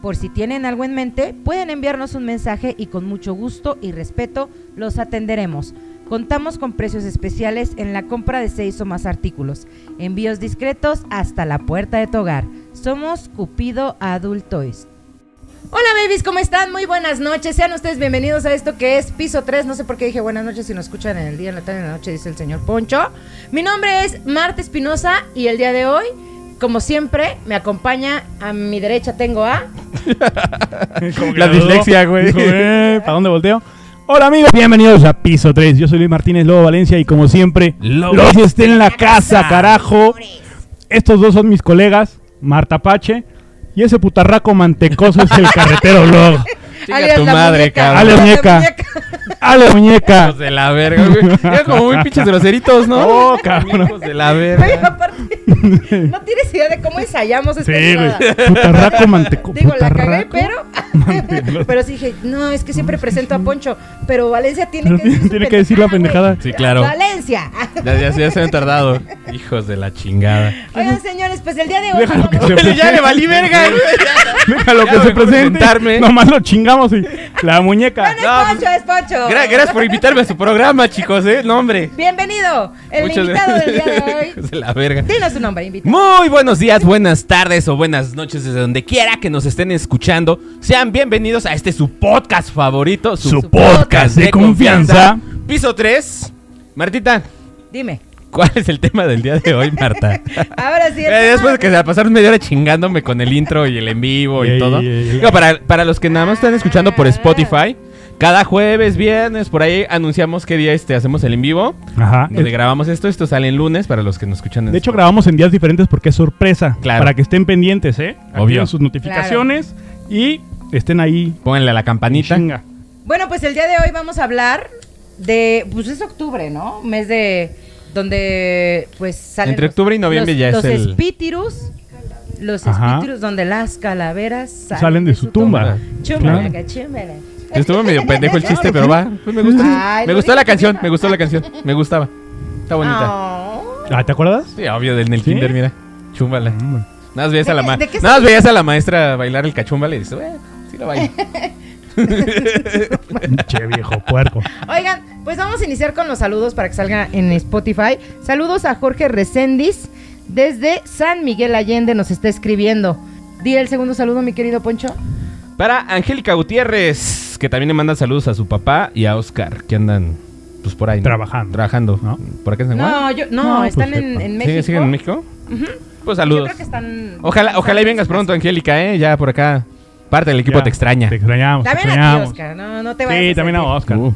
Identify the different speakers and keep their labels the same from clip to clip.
Speaker 1: Por si tienen algo en mente, pueden enviarnos un mensaje y con mucho gusto y respeto los atenderemos. Contamos con precios especiales en la compra de seis o más artículos. Envíos discretos hasta la puerta de tu hogar. Somos Cupido Adult Toys. Hola babies, ¿cómo están? Muy buenas noches. Sean ustedes bienvenidos a esto que es Piso 3. No sé por qué dije buenas noches si nos escuchan en el día, en la tarde, en la noche, dice el señor Poncho. Mi nombre es Marta Espinosa y el día de hoy, como siempre, me acompaña a mi derecha tengo a...
Speaker 2: La dislexia, güey.
Speaker 3: "Eh, ¿Para dónde volteo? Hola amigos, bienvenidos a Piso 3. Yo soy Luis Martínez Lobo Valencia y como siempre,
Speaker 2: Lobo.
Speaker 3: los estén en la casa, carajo. Estos dos son mis colegas, Marta Pache y ese putarraco mantecoso es el carretero Log.
Speaker 2: Chinga
Speaker 1: alias
Speaker 2: tu
Speaker 1: la
Speaker 2: madre,
Speaker 1: muñeca.
Speaker 2: cabrón.
Speaker 3: Ale muñeca. Ale muñeca.
Speaker 2: Hijos de la verga, güey. Eran como muy pinches groseritos, ¿no?
Speaker 3: Oh, cabrón.
Speaker 2: Hijos de la
Speaker 1: Oye,
Speaker 2: verga.
Speaker 1: aparte, no tienes idea de cómo ensayamos esta
Speaker 3: Sí, güey.
Speaker 1: entrada.
Speaker 3: Putarraco mantecoso.
Speaker 1: Digo, la cagué, pero. pero sí dije, no, es que siempre presento a Poncho. Pero Valencia tiene que decir. su
Speaker 3: Tiene que decir la pendejada.
Speaker 2: Sí, claro.
Speaker 1: Valencia.
Speaker 2: Ya, ya- ya se han tardado. Hijos de la chingada.
Speaker 1: Oigan, señores, pues el día de hoy.
Speaker 3: Déjalo que
Speaker 1: vamos-
Speaker 3: se-
Speaker 2: Pero ya le valí verga, güey.
Speaker 3: Déjalo
Speaker 2: Ya
Speaker 3: que
Speaker 2: me
Speaker 3: se
Speaker 2: voy a
Speaker 3: presente.
Speaker 2: presentarme.
Speaker 3: Nomás lo chingamos y la muñeca.
Speaker 1: Bueno, es
Speaker 2: No, pues,
Speaker 1: Poncho, es Poncho.
Speaker 2: Gra- gracias por invitarme a su programa, chicos, ¿eh? No, hombre.
Speaker 1: Bienvenido, el
Speaker 2: Muchas
Speaker 1: invitado del día de hoy.
Speaker 2: Hijos de la verga.
Speaker 1: Dinos su nombre, invitado.
Speaker 2: Muy buenos días, buenas tardes o buenas noches desde donde quiera que nos estén escuchando. Sean bienvenidos a este su podcast favorito, su,
Speaker 3: Su podcast de confianza.
Speaker 2: Piso 3. Martita,
Speaker 1: Dime.
Speaker 2: ¿cuál es el tema del día de hoy, Marta?
Speaker 1: Ahora sí. el
Speaker 2: Eh, después
Speaker 1: tema-
Speaker 2: de que se la pasaron media hora chingándome con el intro y el en vivo y
Speaker 3: Ey,
Speaker 2: todo.
Speaker 3: ey, ey.
Speaker 2: Digo, para, para los que nada más están escuchando por Spotify, cada jueves, viernes, por ahí anunciamos qué día este, hacemos el en vivo.
Speaker 3: Ajá.
Speaker 2: Donde grabamos esto, esto sale en lunes para los que nos escuchan. en
Speaker 3: Ah, De hecho,
Speaker 2: Spotify.
Speaker 3: grabamos en días diferentes porque es sorpresa.
Speaker 2: Claro.
Speaker 3: Para que estén pendientes, ¿eh?
Speaker 2: Obvio.
Speaker 3: Activen sus notificaciones y estén ahí.
Speaker 2: Pónganle a la campanita.
Speaker 3: Chinga.
Speaker 1: Bueno, pues el día de hoy vamos a hablar de. Pues es octubre, ¿no? Mes de. Donde. Pues salen.
Speaker 2: Entre octubre y noviembre
Speaker 1: los-
Speaker 2: ya es
Speaker 1: los
Speaker 2: el-
Speaker 1: espíritus. Los
Speaker 3: Ajá.
Speaker 1: espíritus donde las calaveras salen,
Speaker 3: Salen de su tumba.
Speaker 1: Chúmbala,
Speaker 3: Claro.
Speaker 1: chúmbala.
Speaker 2: Estuvo medio pendejo el chiste, pero va. Pues Me gusta.
Speaker 1: Ay,
Speaker 2: me
Speaker 1: lo
Speaker 2: gustó
Speaker 1: dije
Speaker 2: la
Speaker 1: bien.
Speaker 2: canción, me gustó la canción. Me gustaba. Está bonita.
Speaker 1: Ah.
Speaker 3: Ah, ¿te acuerdas?
Speaker 2: Sí, obvio, del en el
Speaker 3: ¿Sí?
Speaker 2: kinder, mira. Chúmbala.
Speaker 3: Mm.
Speaker 2: Nada más veías
Speaker 1: ¿De
Speaker 2: a la
Speaker 1: qué-
Speaker 2: ma-
Speaker 1: de qué
Speaker 2: Nada más veías a la maestra bailar el cachúmbala y dices, bueno, sí la bailo.
Speaker 3: che, viejo puerco.
Speaker 1: Oigan, pues vamos a iniciar con los saludos para que salga en Spotify. Saludos a Jorge Recendis desde San Miguel Allende, nos está escribiendo. Di el segundo saludo, mi querido Poncho.
Speaker 2: Para Angélica Gutiérrez, que también le manda saludos a su papá y a Oscar, que andan pues por ahí. ¿no?
Speaker 3: Trabajando.
Speaker 2: Trabajando.
Speaker 3: ¿No?
Speaker 2: ¿Por acá en San Juan?
Speaker 1: No, yo, no,
Speaker 3: No,
Speaker 1: están
Speaker 3: pues,
Speaker 1: en, en
Speaker 2: ¿Sí-
Speaker 1: México.
Speaker 2: ¿Siguen en México? Pues
Speaker 1: Yo
Speaker 2: saludos.
Speaker 1: creo que están.
Speaker 2: Ojalá, ojalá y
Speaker 1: están-
Speaker 2: vengas pronto, Angélica, ¿eh? Ya por acá. Parte del equipo
Speaker 3: Ya,
Speaker 2: te extraña.
Speaker 3: Te extrañamos. te
Speaker 1: También a ti,
Speaker 3: extrañamos.
Speaker 1: Oscar. No, no te vayas.
Speaker 3: Sí, también a
Speaker 1: sentir.
Speaker 3: Oscar.
Speaker 2: Uh.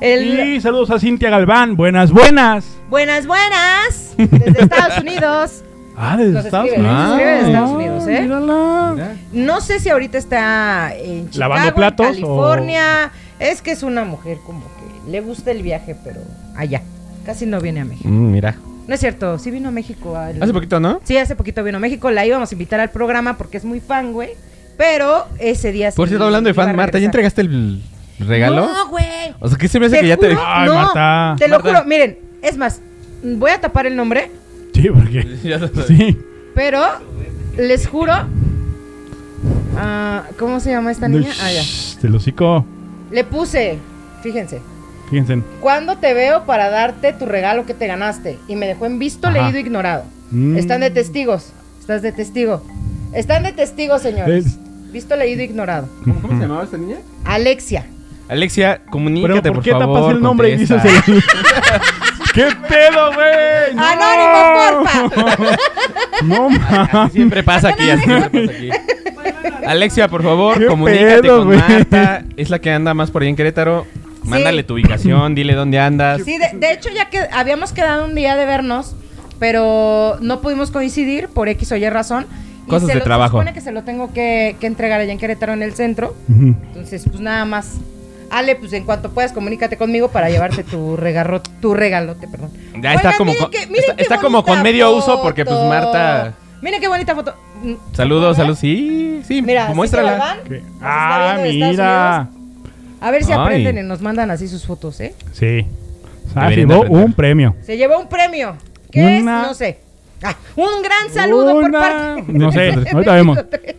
Speaker 1: El-
Speaker 3: Y saludos a Cintia Galván. Buenas, buenas.
Speaker 1: Buenas, buenas. Desde Estados Unidos.
Speaker 3: Ah, desde
Speaker 1: Nos
Speaker 3: Estados
Speaker 1: escribe,
Speaker 3: Unidos. Ah.
Speaker 2: nos escribe de
Speaker 1: Estados Unidos, ¿eh?
Speaker 3: mírala.
Speaker 2: Ya.
Speaker 1: No sé si ahorita está en Chicago,
Speaker 3: ¿Lavando
Speaker 1: en
Speaker 3: platos o-
Speaker 1: California. Es que es una mujer como que le gusta el viaje, pero allá. Casi no viene a México.
Speaker 2: Mm, mira.
Speaker 1: No es cierto, sí vino a México. al-
Speaker 2: Hace poquito, ¿no?
Speaker 1: Sí, hace poquito vino a México. La íbamos a invitar al programa porque es muy fan, güey. Pero ese día
Speaker 2: Por
Speaker 1: sí
Speaker 2: cierto, hablando de
Speaker 1: iba a
Speaker 2: fan, Marta, ¿ya
Speaker 1: regresar.
Speaker 2: entregaste el regalo?
Speaker 1: No, güey.
Speaker 2: O sea, ¿qué se me hace que ya te...
Speaker 1: juro,
Speaker 3: Ay,
Speaker 1: no,
Speaker 3: Marta.
Speaker 1: Te lo
Speaker 2: Marta.
Speaker 1: juro, miren, es más, voy a tapar el nombre,
Speaker 3: Sí, porque.
Speaker 2: Ya sabes.
Speaker 3: Sí.
Speaker 1: pero les juro. ah, ¿Cómo se llama esta niña? Ah, ya.
Speaker 3: Shh, Te lo hocico.
Speaker 1: Le puse, fíjense,
Speaker 3: Fíjense.
Speaker 1: ¿cuándo te veo para darte tu regalo que te ganaste? Y me dejó en visto,
Speaker 3: Ajá.
Speaker 1: leído, ignorado.
Speaker 3: Mm.
Speaker 1: Están de testigos, estás de testigo. Están de testigos, señores. Visto, leído, ignorado.
Speaker 2: ¿Cómo, cómo se llamaba esta niña?
Speaker 1: Alexia.
Speaker 2: Alexia,
Speaker 3: Pero
Speaker 2: comunícate,
Speaker 3: ¿por
Speaker 2: por
Speaker 3: qué
Speaker 2: favor.
Speaker 3: tapas el nombre
Speaker 2: contesta.
Speaker 3: y dices el... ¿Qué pedo, güey?
Speaker 1: Anónimo, porfa.
Speaker 3: No
Speaker 2: Así
Speaker 3: mames.
Speaker 2: Siempre pasa aquí, así siempre pasa aquí. Alexia, por favor,
Speaker 3: Qué
Speaker 2: comunícate
Speaker 3: pedo,
Speaker 2: con
Speaker 3: güey.
Speaker 2: Marta. Es la que anda más por ahí en Querétaro.
Speaker 1: Sí.
Speaker 2: Mándale tu ubicación, dile dónde andas.
Speaker 1: Sí, de, de hecho ya que habíamos quedado un día de vernos, pero no pudimos coincidir por X o Y razón. Y
Speaker 2: Cosas
Speaker 1: se
Speaker 2: de
Speaker 1: lo-
Speaker 2: trabajo.
Speaker 1: Se supone que se lo tengo que, que entregar allá en Querétaro en el centro.
Speaker 3: Ujú.
Speaker 1: Entonces, pues nada más. Ale, pues en cuanto puedas, comunícate conmigo para llevarte tu regarro, tu regalote, perdón.
Speaker 2: Ya está como con- está- está como con
Speaker 1: bonita
Speaker 2: medio uso porque, pues, Marta-
Speaker 1: Miren qué bonita foto. Mm,
Speaker 2: Saludos, saludos. Sí, sí. pues
Speaker 1: Mira, así
Speaker 2: muéstrala.
Speaker 1: se la dan, nos
Speaker 3: ¿Qué?
Speaker 1: está
Speaker 3: Ah,
Speaker 1: viendo de Estados
Speaker 3: mira.
Speaker 1: Unidos. A ver si
Speaker 2: Ay.
Speaker 1: aprenden y nos mandan así sus fotos, ¿eh?
Speaker 3: Sí. O sea,
Speaker 2: Deberían de
Speaker 3: firmó
Speaker 2: aprender.
Speaker 3: un premio.
Speaker 1: Se llevó un premio. ¿Qué es?
Speaker 3: Una-
Speaker 1: No sé. Ah, un gran saludo por
Speaker 3: Una-
Speaker 1: parte.
Speaker 3: No sé,
Speaker 1: de
Speaker 3: ahorita vemos.
Speaker 1: México tres.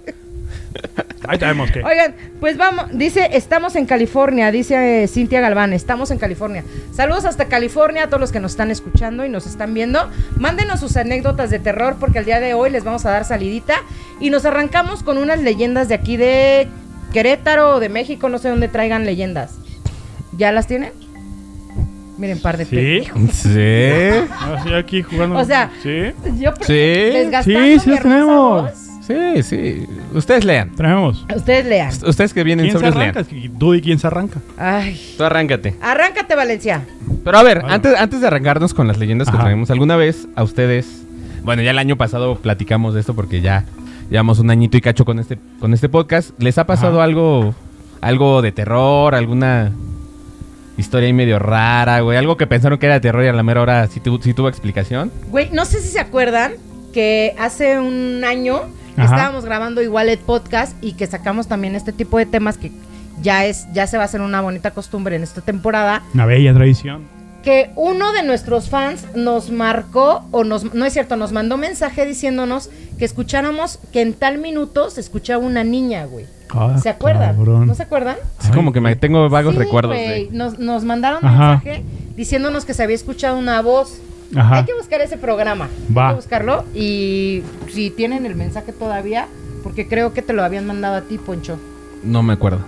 Speaker 3: Ahí sabemos que.
Speaker 1: Oigan, pues vamos, dice, estamos en California, dice eh, Cintia Galván, estamos en California. Saludos hasta California a todos los que nos están escuchando y nos están viendo. Mándenos sus anécdotas de terror porque el día de hoy les vamos a dar salidita y nos arrancamos con unas leyendas de aquí de Querétaro o de México, no sé dónde traigan leyendas. ¿Ya las tienen? Miren, par de
Speaker 3: Sí.
Speaker 1: pendejos.
Speaker 2: Sí.
Speaker 3: No, sí, aquí jugando.
Speaker 1: O sea-
Speaker 3: Sí.
Speaker 1: Yo por-
Speaker 2: Sí.
Speaker 1: desgastando
Speaker 3: Sí, sí
Speaker 1: mi
Speaker 3: las tenemos.
Speaker 1: hermosa voz.
Speaker 2: Sí, sí. Ustedes lean.
Speaker 3: Traemos.
Speaker 1: Ustedes lean.
Speaker 2: Ust- Ustedes que vienen
Speaker 3: ¿Quién se
Speaker 2: sobrios
Speaker 3: arranca?
Speaker 2: lean.
Speaker 3: Es que Dudy, ¿quién se arranca?
Speaker 1: Ay.
Speaker 2: Tú arráncate.
Speaker 1: Arráncate, Valencia.
Speaker 2: Pero a ver,
Speaker 3: Bueno.
Speaker 2: antes, antes de arrancarnos con las leyendas que
Speaker 3: Ajá.
Speaker 2: traemos, ¿alguna vez a ustedes? Bueno, ya el año pasado platicamos de esto porque ya llevamos un añito y cacho con este, con este podcast. ¿Les ha pasado
Speaker 3: Ajá.
Speaker 2: algo algo de terror? ¿Alguna historia ahí medio rara, güey? Algo que pensaron que era de terror y a la mera hora sí, tu- sí tuvo explicación.
Speaker 1: Güey, no sé si se acuerdan que hace un año
Speaker 3: Ajá.
Speaker 1: estábamos grabando igual el podcast y que sacamos también este tipo de temas que ya es ya se va a hacer una bonita costumbre en esta temporada
Speaker 3: Una bella tradición.
Speaker 1: que uno de nuestros fans nos marcó o nos no es cierto nos mandó mensaje diciéndonos que escucháramos que en tal minuto se escuchaba una niña güey
Speaker 3: Ah,
Speaker 1: se acuerdan
Speaker 3: cabrón.
Speaker 1: no se acuerdan
Speaker 2: Así
Speaker 3: Ay,
Speaker 2: como que me tengo vagos
Speaker 1: Sí,
Speaker 2: recuerdos.
Speaker 1: güey,
Speaker 2: de-
Speaker 1: nos, nos mandaron
Speaker 3: Ajá.
Speaker 1: mensaje diciéndonos que se había escuchado una voz hay
Speaker 3: Ajá.
Speaker 1: que buscar ese programa.
Speaker 3: Va.
Speaker 1: Hay que buscarlo. Y si tienen el mensaje todavía, porque creo que te lo habían mandado a ti, Poncho.
Speaker 2: No me acuerdo.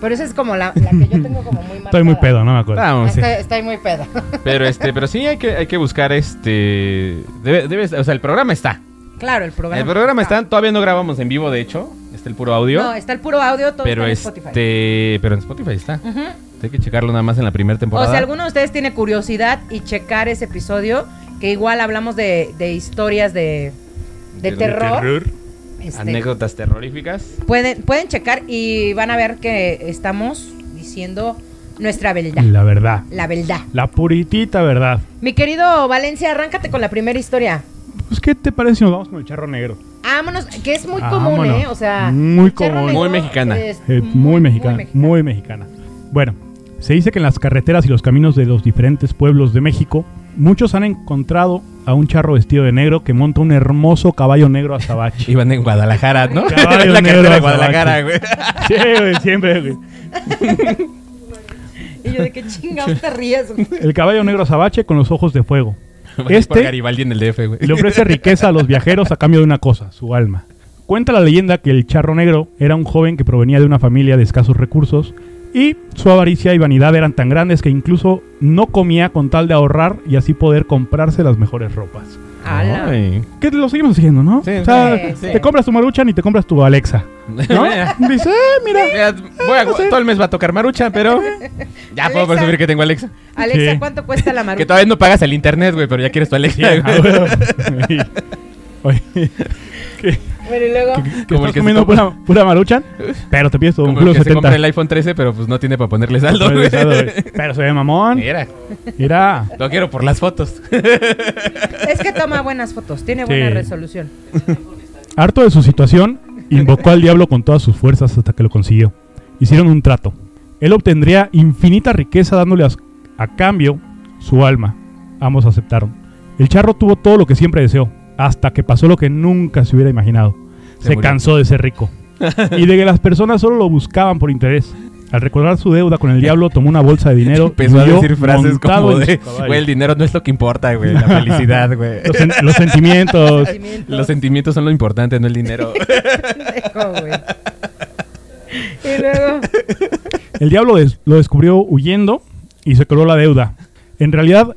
Speaker 1: Pero esa es como la, la que yo tengo como muy marcada.
Speaker 3: Estoy muy pedo, no me
Speaker 1: Ah,
Speaker 3: acuerdo.
Speaker 2: Ah, Vamos, sí.
Speaker 1: Estoy, estoy muy pedo.
Speaker 2: Pero este, pero sí hay que, hay que buscar este. Debe, debe- o sea, el programa está.
Speaker 1: claro, el programa.
Speaker 2: El programa está. Todavía no grabamos en vivo, de hecho. Está el puro audio.
Speaker 1: No, está el puro audio, todo
Speaker 2: pero
Speaker 1: está en Spotify.
Speaker 2: este. Pero en Spotify está.
Speaker 1: Ujú.
Speaker 2: Hay que checarlo nada más en la primera
Speaker 1: O
Speaker 2: temporada.
Speaker 1: si alguno de ustedes tiene curiosidad y checar ese episodio, que igual hablamos de, de historias de, de
Speaker 2: De
Speaker 1: terror. este,
Speaker 2: Anécdotas terroríficas.
Speaker 1: pueden, pueden checar y van a ver que estamos diciendo nuestra verdad.
Speaker 3: La verdad.
Speaker 1: La verdad.
Speaker 3: La puritita verdad.
Speaker 1: Mi querido Valencia, arráncate con la primera historia.
Speaker 3: Pues, ¿qué te parece si nos vamos con el charro negro?
Speaker 1: Vámonos, que es muy
Speaker 3: Vámonos.
Speaker 1: común, ¿eh? O sea,
Speaker 3: Muy
Speaker 1: el charro
Speaker 3: común.
Speaker 1: negro
Speaker 2: Muy mexicana.
Speaker 1: es
Speaker 3: Eh, muy, mexicana, muy mexicana. Bueno, se dice que en las carreteras y los caminos de los diferentes pueblos de México, muchos han encontrado a un charro vestido de negro que monta un hermoso caballo negro azabache.
Speaker 2: Iban en Guadalajara, ¿no?
Speaker 3: Caballo
Speaker 2: la carretera
Speaker 3: negro,
Speaker 2: de Guadalajara, güey.
Speaker 3: sí, güey, siempre, güey.
Speaker 1: Y yo de qué chingados te ríes. güey?
Speaker 3: El caballo negro azabache con los ojos de fuego.
Speaker 2: Van
Speaker 3: Este-
Speaker 2: Por Garibaldi en el DF, güey.
Speaker 3: Le ofrece riqueza a los viajeros a cambio de una cosa, su alma. Cuenta la leyenda que el charro negro era un joven que provenía de una familia de escasos recursos y su avaricia y vanidad eran tan grandes que incluso no comía con tal de ahorrar y así poder comprarse las mejores ropas.
Speaker 1: Ala.
Speaker 2: Ay.
Speaker 3: Que lo seguimos haciendo, ¿no?
Speaker 2: Sí,
Speaker 3: o sea,
Speaker 1: sí, sí.
Speaker 3: Ah, te compras tu maruchan y te compras tu Alexa, ¿no?
Speaker 2: Mira,
Speaker 3: Dice, "Eh, mira,
Speaker 2: mira, voy a- todo el mes va a tocar Marucha, pero. Ya puedo
Speaker 1: Alexa.
Speaker 2: presumir que tengo Alexa.
Speaker 1: Alexa,
Speaker 3: Sí.
Speaker 1: ¿cuánto cuesta la
Speaker 2: Que
Speaker 1: marucha?
Speaker 2: todavía no pagas el internet, güey, pero ya quieres tu
Speaker 3: Sí,
Speaker 2: Alexa.
Speaker 3: a
Speaker 2: güey.
Speaker 3: huevo. Sí. Oye, que,
Speaker 1: Bueno, y luego,
Speaker 3: que
Speaker 2: Como el
Speaker 3: estás
Speaker 2: que se
Speaker 3: comiendo
Speaker 2: compra-
Speaker 3: pura, pura maruchan, pero te pides todo un
Speaker 2: Como el
Speaker 3: culo
Speaker 2: que se
Speaker 3: 70.
Speaker 2: compra el iPhone 13, pero pues no tiene para ponerle saldo, güey.
Speaker 3: Pero se ve mamón.
Speaker 2: Mira,
Speaker 3: Mira.
Speaker 2: lo quiero por las fotos.
Speaker 1: es que toma buenas fotos, tiene buena
Speaker 3: Sí.
Speaker 1: resolución.
Speaker 3: Harto de su situación, invocó al diablo con todas sus fuerzas hasta que lo consiguió. Hicieron un trato. Él obtendría infinita riqueza dándole a, a cambio su alma. Ambos aceptaron. El charro tuvo todo lo que siempre deseó, hasta que pasó lo que nunca se hubiera imaginado.
Speaker 2: Se
Speaker 3: Se,
Speaker 2: murió.
Speaker 3: cansó de ser rico y de que las personas solo lo buscaban por interés. Al recordar su deuda con el diablo, tomó una bolsa de dinero
Speaker 2: Empezó a
Speaker 3: huyó
Speaker 2: decir frases
Speaker 3: montado
Speaker 2: como
Speaker 3: en
Speaker 2: de,
Speaker 3: su caballo.
Speaker 2: güey, el dinero no es lo que importa, güey, la felicidad, güey.
Speaker 3: los, sen- los sentimientos.
Speaker 2: Los sentimientos son lo importante, no el dinero. Ah,
Speaker 1: Pendejo, güey. Y luego,
Speaker 3: El diablo des- lo descubrió huyendo y se coló la deuda. En realidad,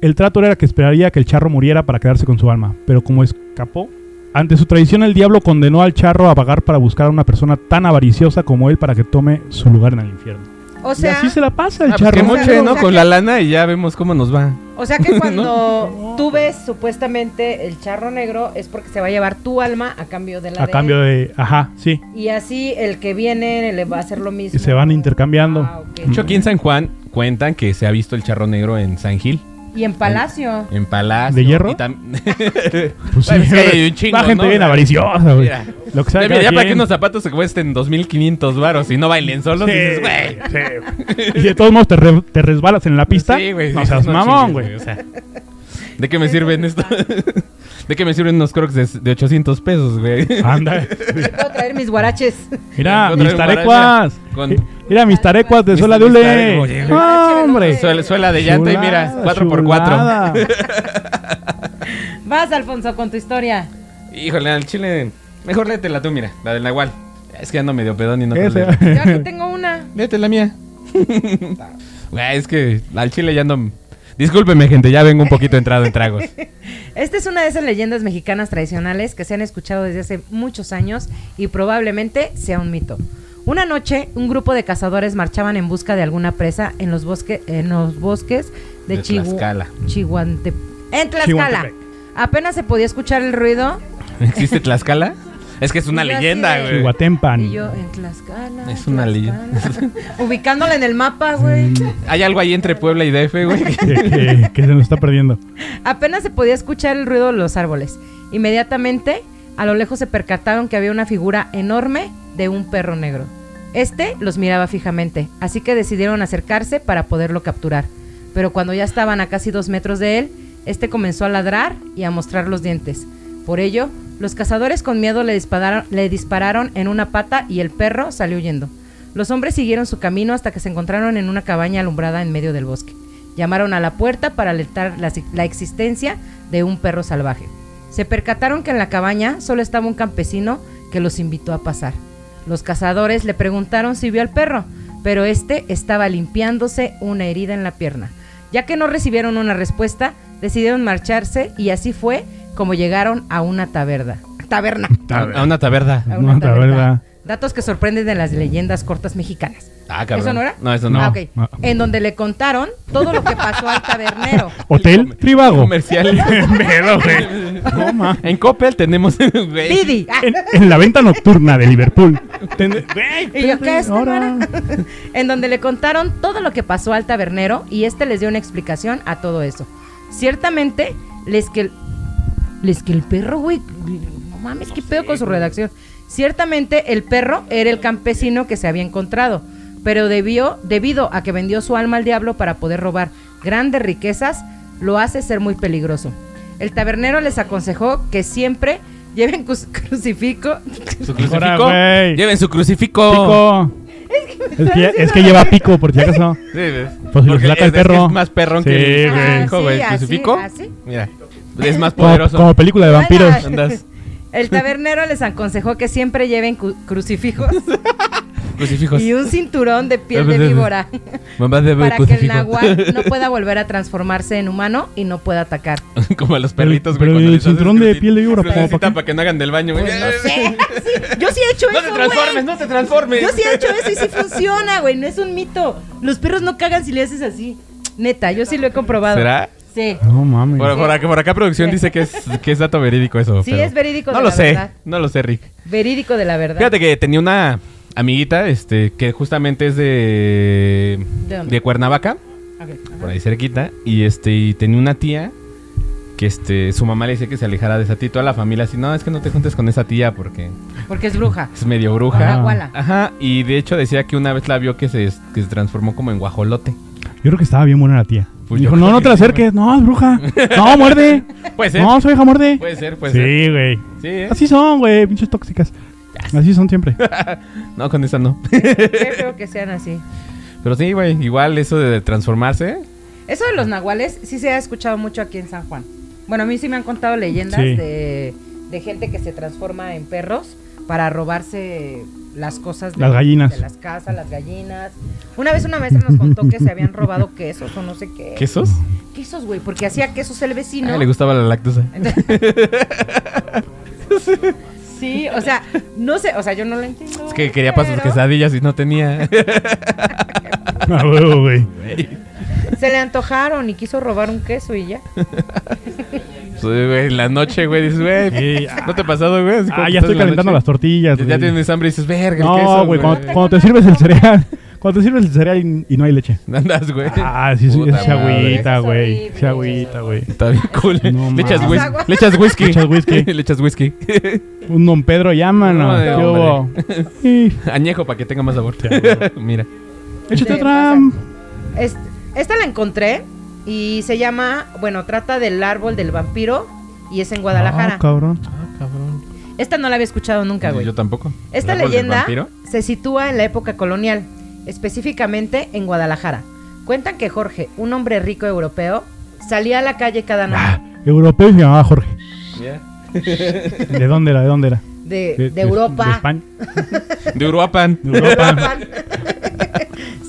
Speaker 3: el trato era que esperaría que el charro muriera para quedarse con su alma, pero como escapó, ante su traición el diablo condenó al charro a pagar para buscar a una persona tan avariciosa como él para que tome su lugar en el infierno.
Speaker 1: O
Speaker 3: y
Speaker 1: sea,
Speaker 3: así se la pasa el
Speaker 2: Ah, pues que
Speaker 3: charro.
Speaker 1: mo-
Speaker 2: moche, ¿no?
Speaker 1: O sea
Speaker 2: Con
Speaker 1: que-
Speaker 2: la lana y ya vemos cómo nos va.
Speaker 1: o sea que cuando tú ves supuestamente el charro negro es porque se va a llevar tu alma a cambio de la
Speaker 3: A
Speaker 1: de
Speaker 3: cambio
Speaker 1: él.
Speaker 3: de. Ajá, sí.
Speaker 1: Y así el que viene le va a hacer lo mismo.
Speaker 3: Y se van intercambiando.
Speaker 1: Ah, ok.
Speaker 2: De hecho, aquí en
Speaker 3: Mm.
Speaker 2: San Juan cuentan que se ha visto el charro negro en San Gil,
Speaker 1: Y en Palacio.
Speaker 2: en Palacio.
Speaker 3: ¿De hierro?
Speaker 2: y tam-
Speaker 3: Pues
Speaker 2: Bueno,
Speaker 3: sí,
Speaker 2: es que hay un chingo,
Speaker 3: la gente
Speaker 2: ¿no?
Speaker 3: bien avariciosa, güey.
Speaker 2: Mira.
Speaker 3: Lo que sea.
Speaker 2: Ya, mira,
Speaker 3: cada
Speaker 2: ya para que
Speaker 3: quien.
Speaker 2: unos zapatos se cuesten 2500 varos y no bailen solos,
Speaker 3: Sí,
Speaker 2: dices, güey.
Speaker 3: sí. Y de todos modos te, re- te resbalas en la pista.
Speaker 2: Sí, güey,
Speaker 3: no
Speaker 2: dices,
Speaker 3: seas
Speaker 2: "No
Speaker 3: mamón,
Speaker 2: chingues,
Speaker 3: güey.
Speaker 2: o sea, ¿De qué me sirven esto? ¿De qué me sirven unos crocs de, de 800 pesos, güey?
Speaker 3: Anda.
Speaker 1: Puedo traer mis guaraches.
Speaker 3: Mira,
Speaker 2: Otra
Speaker 3: mis
Speaker 2: vez
Speaker 3: tarecuas.
Speaker 2: maraña con-
Speaker 3: Eh, Mira, mis tarecuas de
Speaker 2: Mis-
Speaker 3: sola de
Speaker 2: mis
Speaker 3: hule.
Speaker 2: tarecuas, oye,
Speaker 3: No,
Speaker 1: güey.
Speaker 3: hombre.
Speaker 2: Suela, suela de llanta y mira,
Speaker 3: Chulada,
Speaker 2: 4x4.
Speaker 3: chulada.
Speaker 1: Vas, Alfonso, con tu historia.
Speaker 2: Híjole, al chile. Mejor léetela tú, mira, la del Nahual. Es que ando medio pedón y no te
Speaker 3: Ese-
Speaker 2: leo.
Speaker 1: Yo aquí tengo una.
Speaker 2: Léete la mía. Güey, es que al chile ya ando. Discúlpeme, gente, ya vengo un poquito entrado en tragos.
Speaker 1: Esta es una de esas leyendas mexicanas tradicionales que se han escuchado desde hace muchos años y probablemente sea un mito. Una noche, un grupo de cazadores marchaban en busca de alguna presa en los, bosque- en los bosques de,
Speaker 2: De
Speaker 1: Chihu-
Speaker 2: Tlaxcala.
Speaker 1: Chihuante- En Tlaxcala.
Speaker 3: Chihuantepec.
Speaker 1: Apenas se podía escuchar el ruido.
Speaker 2: ¿Existe Tlaxcala? Es que es una
Speaker 1: Yo así
Speaker 2: leyenda,
Speaker 1: de-
Speaker 2: güey.
Speaker 3: Chihuatempan.
Speaker 1: Y yo, en Tlaxcala.
Speaker 2: Es una
Speaker 1: Tlaxcala". Ubicándola en el mapa, güey.
Speaker 2: Hay algo ahí entre Puebla y DF, güey.
Speaker 3: Que, que- que se nos está perdiendo.
Speaker 1: Apenas se podía escuchar el ruido de los árboles. Inmediatamente, a lo lejos se percataron que había una figura enorme de un perro negro. Este los miraba fijamente, así que decidieron acercarse para poderlo capturar. Pero cuando ya estaban a casi dos metros de él, este comenzó a ladrar y a mostrar los dientes. Por ello, los cazadores con miedo le dispararon, le dispararon en una pata y el perro salió huyendo. Los hombres siguieron su camino hasta que se encontraron en una cabaña alumbrada en medio del bosque. Llamaron a la puerta para alertar la, si- la existencia de un perro salvaje. Se percataron que en la cabaña solo estaba un campesino que los invitó a pasar. Los cazadores le preguntaron si vio al perro, pero este estaba limpiándose una herida en la pierna. Ya que no recibieron una respuesta, decidieron marcharse y así fue como llegaron a una taberna. Taberna.
Speaker 2: A, a una taberna.
Speaker 1: A una
Speaker 3: No,
Speaker 1: taberna.
Speaker 3: taberna.
Speaker 1: Datos que sorprenden de las leyendas cortas mexicanas.
Speaker 2: Ah, cabrón.
Speaker 1: ¿Eso no era?
Speaker 2: No, eso no.
Speaker 1: Ah, ok.
Speaker 3: No.
Speaker 1: En donde le contaron todo lo que pasó al tabernero.
Speaker 3: Hotel Tribago.
Speaker 2: Comercial.
Speaker 3: Miedo, güey. No, ma.
Speaker 2: en Coppel tenemos, güey.
Speaker 1: Didi. Ah,
Speaker 3: En, en la venta nocturna de Liverpool. Ten-
Speaker 1: Y yo, ¿qué es,
Speaker 3: Ahora.
Speaker 1: Tamara? en donde le contaron todo lo que pasó al tabernero y este les dio una explicación a todo eso. Ciertamente, les que, les que el perro, güey, no mames, qué pedo con su redacción. Ciertamente, el perro era el campesino que se había encontrado, pero debió, debido a que vendió su alma al diablo para poder robar grandes riquezas, lo hace ser muy peligroso. El tabernero les aconsejó que siempre lleven cru- crucifijo
Speaker 2: Su
Speaker 3: Ahora,
Speaker 2: crucifijo.
Speaker 3: güey.
Speaker 2: Lleven su crucifijo.
Speaker 3: Pico. Es que, es que lleva pico, por si acaso.
Speaker 2: Sí, ves.
Speaker 3: Pues si lo
Speaker 2: Porque
Speaker 3: saca el
Speaker 2: es- es que
Speaker 3: perro.
Speaker 2: Es más perrón
Speaker 3: Sí,
Speaker 2: que el
Speaker 3: güey.
Speaker 2: crucifijo,
Speaker 1: Ah,
Speaker 2: güey.
Speaker 1: sí,
Speaker 2: El
Speaker 1: así,
Speaker 2: crucifijo.
Speaker 1: así.
Speaker 2: Mira. Es más
Speaker 3: Como,
Speaker 2: poderoso.
Speaker 3: como película de vampiros.
Speaker 2: Andas.
Speaker 1: El tabernero les aconsejó que siempre lleven cu- crucifijos
Speaker 2: Crucifijos.
Speaker 1: y un cinturón de piel Pues, de víbora
Speaker 2: Mamá debe
Speaker 1: para que el
Speaker 2: crucifijo.
Speaker 1: nahual no pueda volver a transformarse en humano y no pueda atacar.
Speaker 2: Como a los perritos,
Speaker 3: Pero
Speaker 2: güey. cuando
Speaker 3: el
Speaker 2: les haces
Speaker 3: cinturón de
Speaker 2: cruci-
Speaker 3: piel de víbora, ¿para
Speaker 2: crucifitan
Speaker 3: qué?
Speaker 2: para que no hagan del baño, güey.
Speaker 1: Pues no sé. Sí, Yo sí he hecho
Speaker 2: No te
Speaker 1: eso,
Speaker 2: transformes,
Speaker 1: güey.
Speaker 2: no te transformes.
Speaker 1: Yo sí he hecho eso y sí funciona, güey. No es un mito. Los perros no cagan si le haces así. Neta, yo sí lo he comprobado.
Speaker 2: ¿Será?
Speaker 1: Sí.
Speaker 3: No mames.
Speaker 2: Por, por acá, por acá producción dice que es, que es dato verídico eso.
Speaker 1: Sí,
Speaker 2: pero
Speaker 1: es verídico
Speaker 2: No
Speaker 1: de
Speaker 2: lo
Speaker 1: la
Speaker 2: sé,
Speaker 1: verdad.
Speaker 2: no lo sé, Rick.
Speaker 1: Verídico de la verdad.
Speaker 2: Fíjate que tenía una amiguita este, que justamente es de,
Speaker 1: ¿De dónde?
Speaker 2: de Cuernavaca,
Speaker 1: Ok, ajá.
Speaker 2: por ahí cerquita, y, este, y tenía una tía que este, su mamá le dice que se alejara de esa tía. y Toda la familia así, no, es que no te juntes con esa tía porque
Speaker 1: Porque es bruja.
Speaker 2: es medio bruja.
Speaker 3: Ah.
Speaker 1: Nahuala.
Speaker 2: Ajá, y de hecho decía que una vez la vio que se, que se transformó como en guajolote.
Speaker 3: Yo creo que estaba bien buena la tía.
Speaker 2: Pues
Speaker 3: Dijo,
Speaker 2: yo
Speaker 3: no,
Speaker 2: creo
Speaker 3: no
Speaker 2: que
Speaker 3: te la
Speaker 2: sí,
Speaker 3: acerques. No, es bruja. No, muerde.
Speaker 2: Puede ser,
Speaker 3: No, soy hija, muerde.
Speaker 2: puede ser, puede ser.
Speaker 3: Sí, güey.
Speaker 2: Sí, ¿eh?
Speaker 3: Así son, güey. Pinches tóxicas. Así son siempre.
Speaker 2: No, con esa no.
Speaker 1: Qué feo que sean así.
Speaker 2: Pero sí, güey, igual eso de transformarse. ¿eh?
Speaker 1: Eso de
Speaker 3: Mm.
Speaker 1: los nahuales sí se ha escuchado mucho aquí en San Juan. Bueno, a mí sí me han contado leyendas
Speaker 3: Sí.
Speaker 1: de, de gente que se transforma en perros para robarse las cosas de
Speaker 3: Las gallinas.
Speaker 1: de las casas, las gallinas. Una vez una maestra nos contó que se habían robado quesos o no sé qué.
Speaker 2: ¿Quesos?
Speaker 1: Quesos, güey, porque hacía quesos el vecino.
Speaker 2: Ah, le gustaba la lactosa.
Speaker 1: sí, o sea, no sé, o sea, yo no lo entiendo.
Speaker 2: Es que quería pasar sus
Speaker 1: pero-
Speaker 2: quesadillas y no tenía.
Speaker 3: A huevo, güey.
Speaker 1: Se le antojaron y quiso robar un queso y ya.
Speaker 2: Sí, Pues, güey, en la noche, güey, dices, güey,
Speaker 3: Sí, ah.
Speaker 2: ¿no te ha pasado, güey? Así como
Speaker 3: Ah,
Speaker 2: que
Speaker 3: ya
Speaker 2: estás
Speaker 3: estoy
Speaker 2: en la
Speaker 3: calentando
Speaker 2: noche,
Speaker 3: las tortillas.
Speaker 2: Ya
Speaker 3: güey.
Speaker 2: tienes hambre y dices, verga, el
Speaker 3: No,
Speaker 2: queso,
Speaker 3: güey, cuando, cuando te sirves el cereal. Cuando te sirves el cereal y, y no hay leche.
Speaker 2: Andas, güey.
Speaker 3: Ah, sí, sí,
Speaker 2: Puta
Speaker 3: es agüita,
Speaker 1: madre.
Speaker 3: güey.
Speaker 1: Es
Speaker 3: Es agüita, güey.
Speaker 2: Está bien cool.
Speaker 3: No
Speaker 2: le, echas
Speaker 3: mames.
Speaker 2: whis-
Speaker 1: Es agua.
Speaker 2: le echas whisky.
Speaker 3: Le echas whisky.
Speaker 2: le echas whisky.
Speaker 3: Un don Pedro llama, ¿no?
Speaker 2: No,
Speaker 3: ¿Qué hubo? Sí,
Speaker 2: Añejo para que tenga más sabor. Mira.
Speaker 3: Échate
Speaker 1: Sí,
Speaker 3: otra.
Speaker 1: Es- esta la encontré y se llama, bueno, trata del árbol del vampiro y es en Guadalajara.
Speaker 3: Ah, cabrón.
Speaker 2: Ah, cabrón.
Speaker 1: Esta no la había escuchado nunca, güey.
Speaker 2: Yo tampoco.
Speaker 1: Esta
Speaker 2: ¿El árbol del
Speaker 1: leyenda
Speaker 2: vampiro?
Speaker 1: se sitúa en la época colonial, específicamente en Guadalajara. Cuentan que Jorge, un hombre rico europeo, salía a la calle cada noche
Speaker 3: Ah, europeo y se llamaba Jorge.
Speaker 2: Mira.
Speaker 3: ¿De dónde era? ¿De dónde era?
Speaker 1: de, de Europa.
Speaker 3: De España.
Speaker 2: De Uruapan.
Speaker 3: De Europa.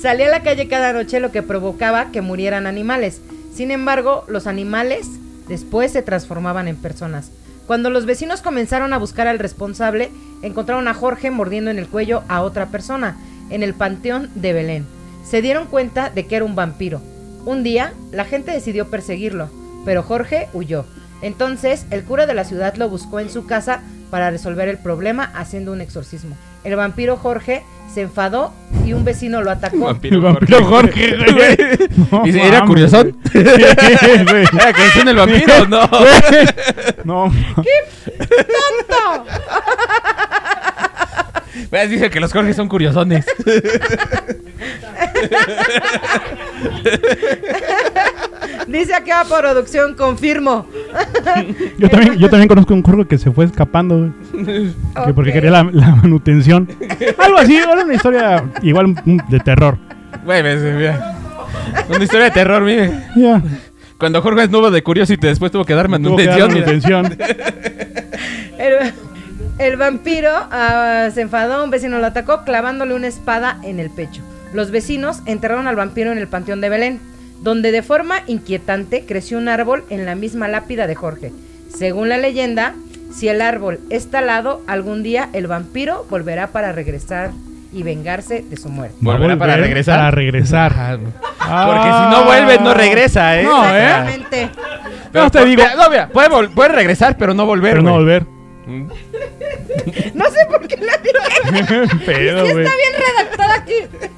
Speaker 1: Salía a la calle cada noche lo que provocaba que murieran animales. Sin embargo, los animales después se transformaban en personas. Cuando los vecinos comenzaron a buscar al responsable, encontraron a Jorge mordiendo en el cuello a otra persona en el panteón de Belén. Se dieron cuenta de que era un vampiro. Un día, la gente decidió perseguirlo, pero Jorge huyó. Entonces, el cura de la ciudad lo buscó en su casa para resolver el problema haciendo un exorcismo. El vampiro Jorge se enfadó y un vecino lo atacó.
Speaker 3: El vampiro Jorge, güey. No
Speaker 2: ¿Y era
Speaker 3: mames,
Speaker 2: curiosón?
Speaker 3: güey. Sí, güey.
Speaker 2: ¿Era canción del vampiro? No.
Speaker 3: No,
Speaker 2: Pues dice que los Jorge son curiosones.
Speaker 1: Dice aquí a producción, confirmo.
Speaker 3: yo también, yo también conozco un Jorge que se fue escapando, güey. Que porque
Speaker 1: Ok.
Speaker 3: quería la, la manutención. Algo así, era una historia igual mm, de terror.
Speaker 2: Güey, ves, mira. Una historia de terror, mire.
Speaker 3: Ya.
Speaker 2: Cuando Jorge estuvo de Curiosity, después tuvo que dar
Speaker 3: Tuvo que dar
Speaker 2: manutención. mira.
Speaker 3: manutención.
Speaker 1: El, el vampiro ah, se enfadó, un vecino lo atacó clavándole una espada en el pecho. Los vecinos enterraron al vampiro en el panteón de Belén, donde de forma inquietante creció un árbol en la misma lápida de Jorge. Según la leyenda, si el árbol es talado, algún día el vampiro volverá para regresar y vengarse de su muerte.
Speaker 3: Va
Speaker 2: ¿Volverá
Speaker 3: a
Speaker 2: para
Speaker 3: volver
Speaker 2: regresar? Ah,
Speaker 3: Para regresar.
Speaker 2: Ajá, no. Porque si no vuelve, no regresa, ¿eh?
Speaker 3: Ah. No, ¿eh?
Speaker 1: Exactamente.
Speaker 3: No te
Speaker 2: po-
Speaker 3: digo.
Speaker 2: mira, No, mira, puede, vol- puede regresar, pero no volver.
Speaker 3: Pero no
Speaker 2: güey.
Speaker 3: volver.
Speaker 2: Mm.
Speaker 1: No sé por qué la dije.
Speaker 3: Pedo,
Speaker 1: Sí,
Speaker 3: güey.
Speaker 1: está bien redactada aquí.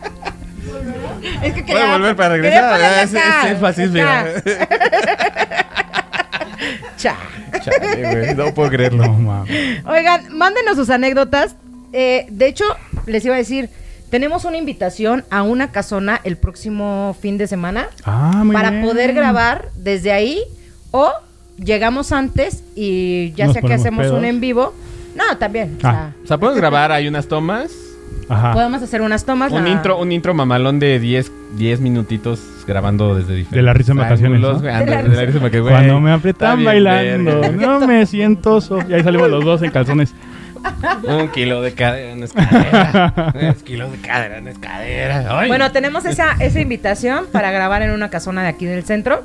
Speaker 1: Es que
Speaker 2: Puede
Speaker 1: quería-
Speaker 2: volver para
Speaker 1: quería
Speaker 2: regresar.
Speaker 1: ponerla
Speaker 2: ¿verdad? Es,
Speaker 1: acá,
Speaker 2: es énfasis,
Speaker 1: acá.
Speaker 2: mira.
Speaker 1: Cha.
Speaker 2: Chale, güey, no puedo creerlo.
Speaker 3: No mames.
Speaker 1: Oigan, mándenos sus anécdotas. Eh, de hecho, les iba a decir, tenemos una invitación a una casona el próximo fin de semana
Speaker 3: Ah, muy
Speaker 1: para
Speaker 3: bien.
Speaker 1: poder grabar desde ahí o llegamos antes y ya
Speaker 3: Nos
Speaker 1: sea que
Speaker 3: ponemos
Speaker 1: hacemos
Speaker 3: pedos.
Speaker 1: un en vivo. No, también. o sea,
Speaker 2: O sea, podemos grabar, hay unas tomas.
Speaker 3: Ajá.
Speaker 1: podemos hacer unas tomas.
Speaker 2: Un
Speaker 1: la-
Speaker 2: intro, un intro mamalón de 10 10 minutitos grabando desde diferentes
Speaker 3: De la risa en vacaciones,
Speaker 2: ángulos,
Speaker 3: ¿no?
Speaker 2: güey,
Speaker 1: De la
Speaker 2: ándale, De la risa en vacaciones, güey.
Speaker 3: Cuando me
Speaker 2: Está
Speaker 3: apretan
Speaker 2: bien,
Speaker 3: bailando,
Speaker 2: verga.
Speaker 3: no me siento so. Y ahí salimos los dos en calzones.
Speaker 2: Un kilo de cadera no es cadera. Un kilo de cadera no es cadera. Ay.
Speaker 1: Bueno, tenemos esa, esa invitación para grabar en una casona de aquí del centro.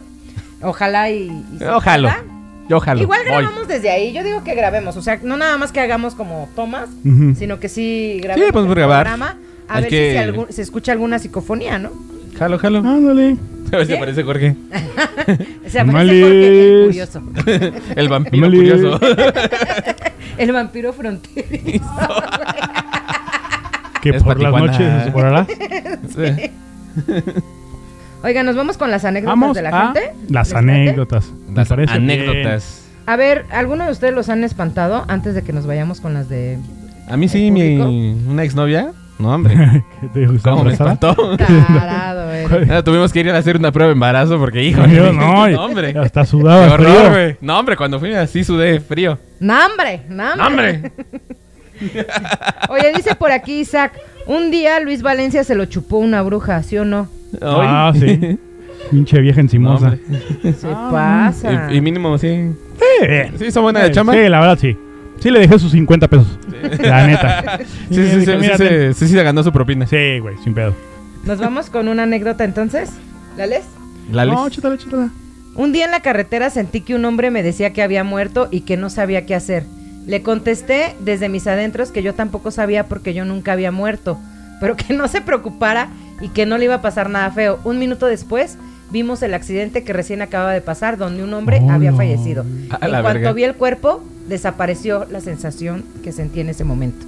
Speaker 1: Ojalá y... y se
Speaker 2: Ojalá.
Speaker 1: pueda.
Speaker 2: Yo jalo.
Speaker 1: Igual
Speaker 2: Voy.
Speaker 1: grabamos desde ahí. Yo digo que grabemos. O sea, no nada más que hagamos como tomas,
Speaker 3: Ujú.
Speaker 1: sino que sí grabemos.
Speaker 2: podemos
Speaker 1: el
Speaker 2: grabar.
Speaker 1: programa, a
Speaker 2: Hay
Speaker 1: ver
Speaker 2: que-
Speaker 1: si se, algún- se escucha alguna psicofonía, ¿no?
Speaker 2: Jalo, jalo.
Speaker 3: Ándale.
Speaker 2: A ver si
Speaker 1: ¿Sí?
Speaker 2: aparece Jorge.
Speaker 1: Se aparece
Speaker 3: Males.
Speaker 1: Jorge el curioso.
Speaker 2: El vampiro
Speaker 3: Ándale.
Speaker 2: curioso.
Speaker 1: El vampiro fronterizo.
Speaker 3: Que
Speaker 2: Es
Speaker 3: por las
Speaker 2: Patijuana.
Speaker 3: noches se separará.
Speaker 2: Sí.
Speaker 1: Oigan, nos vamos con las anécdotas
Speaker 3: Vamos
Speaker 1: de la
Speaker 3: a
Speaker 1: gente.
Speaker 3: las
Speaker 1: ¿Les late?
Speaker 3: anécdotas. me
Speaker 2: Las
Speaker 3: parece
Speaker 2: anécdotas.
Speaker 1: A ver, ¿alguno de ustedes los han espantado antes de que nos vayamos con las de.
Speaker 2: A mí sí,
Speaker 1: ¿El
Speaker 2: mi
Speaker 1: público?
Speaker 2: una exnovia. No, hombre.
Speaker 3: bien. ¿Qué te gustó?
Speaker 2: ¿Cómo me
Speaker 3: ¿Abrazada?
Speaker 2: espantó?
Speaker 1: Tarado, eh? eres.
Speaker 2: Ah, tuvimos que ir a hacer una prueba de embarazo porque, hijo.
Speaker 3: Yo no,
Speaker 2: hombre.
Speaker 3: hasta
Speaker 2: Qué
Speaker 3: sudaba.
Speaker 2: horror,
Speaker 3: frío.
Speaker 2: güey. No, hombre, cuando fui así sudé frío.
Speaker 1: ¡Nambre! ¡Nambre!
Speaker 2: No, hombre.
Speaker 1: Oye, dice por aquí Isaac: Un día Luis Valencia se lo chupó una bruja, ¿sí o no?
Speaker 3: Ah,
Speaker 2: Ay.
Speaker 3: sí. Pinche vieja
Speaker 2: No,
Speaker 3: encimosa.
Speaker 2: hombre.
Speaker 1: Se pasa.
Speaker 2: Y, y mínimo, sí.
Speaker 3: Sí.
Speaker 2: Sí, son buena de chamba.
Speaker 3: Sí, la verdad sí. Sí le dejé sus 50 pesos. La neta.
Speaker 2: Sí, sí, sí, sí,
Speaker 3: Dije,
Speaker 2: sí,
Speaker 3: "Mira, ten".
Speaker 2: sí, sí, se ganó su propina.
Speaker 3: Sí, güey, sin pedo.
Speaker 1: Nos vamos con una anécdota entonces. ¿La lees?
Speaker 2: La
Speaker 3: No,
Speaker 2: Liz.
Speaker 3: chútala, chútala.
Speaker 1: Un día en la carretera sentí que un hombre me decía que había muerto y que no sabía qué hacer. Le contesté desde mis adentros que yo tampoco sabía porque yo nunca había muerto. pero que no se preocupara y que no le iba a pasar nada feo. Un minuto después vimos el accidente que recién acababa de pasar, donde un hombre
Speaker 3: Hola.
Speaker 1: había fallecido.
Speaker 2: A
Speaker 1: en
Speaker 2: la
Speaker 1: cuanto
Speaker 2: verga.
Speaker 1: vi el cuerpo, desapareció la sensación que sentí en ese momento.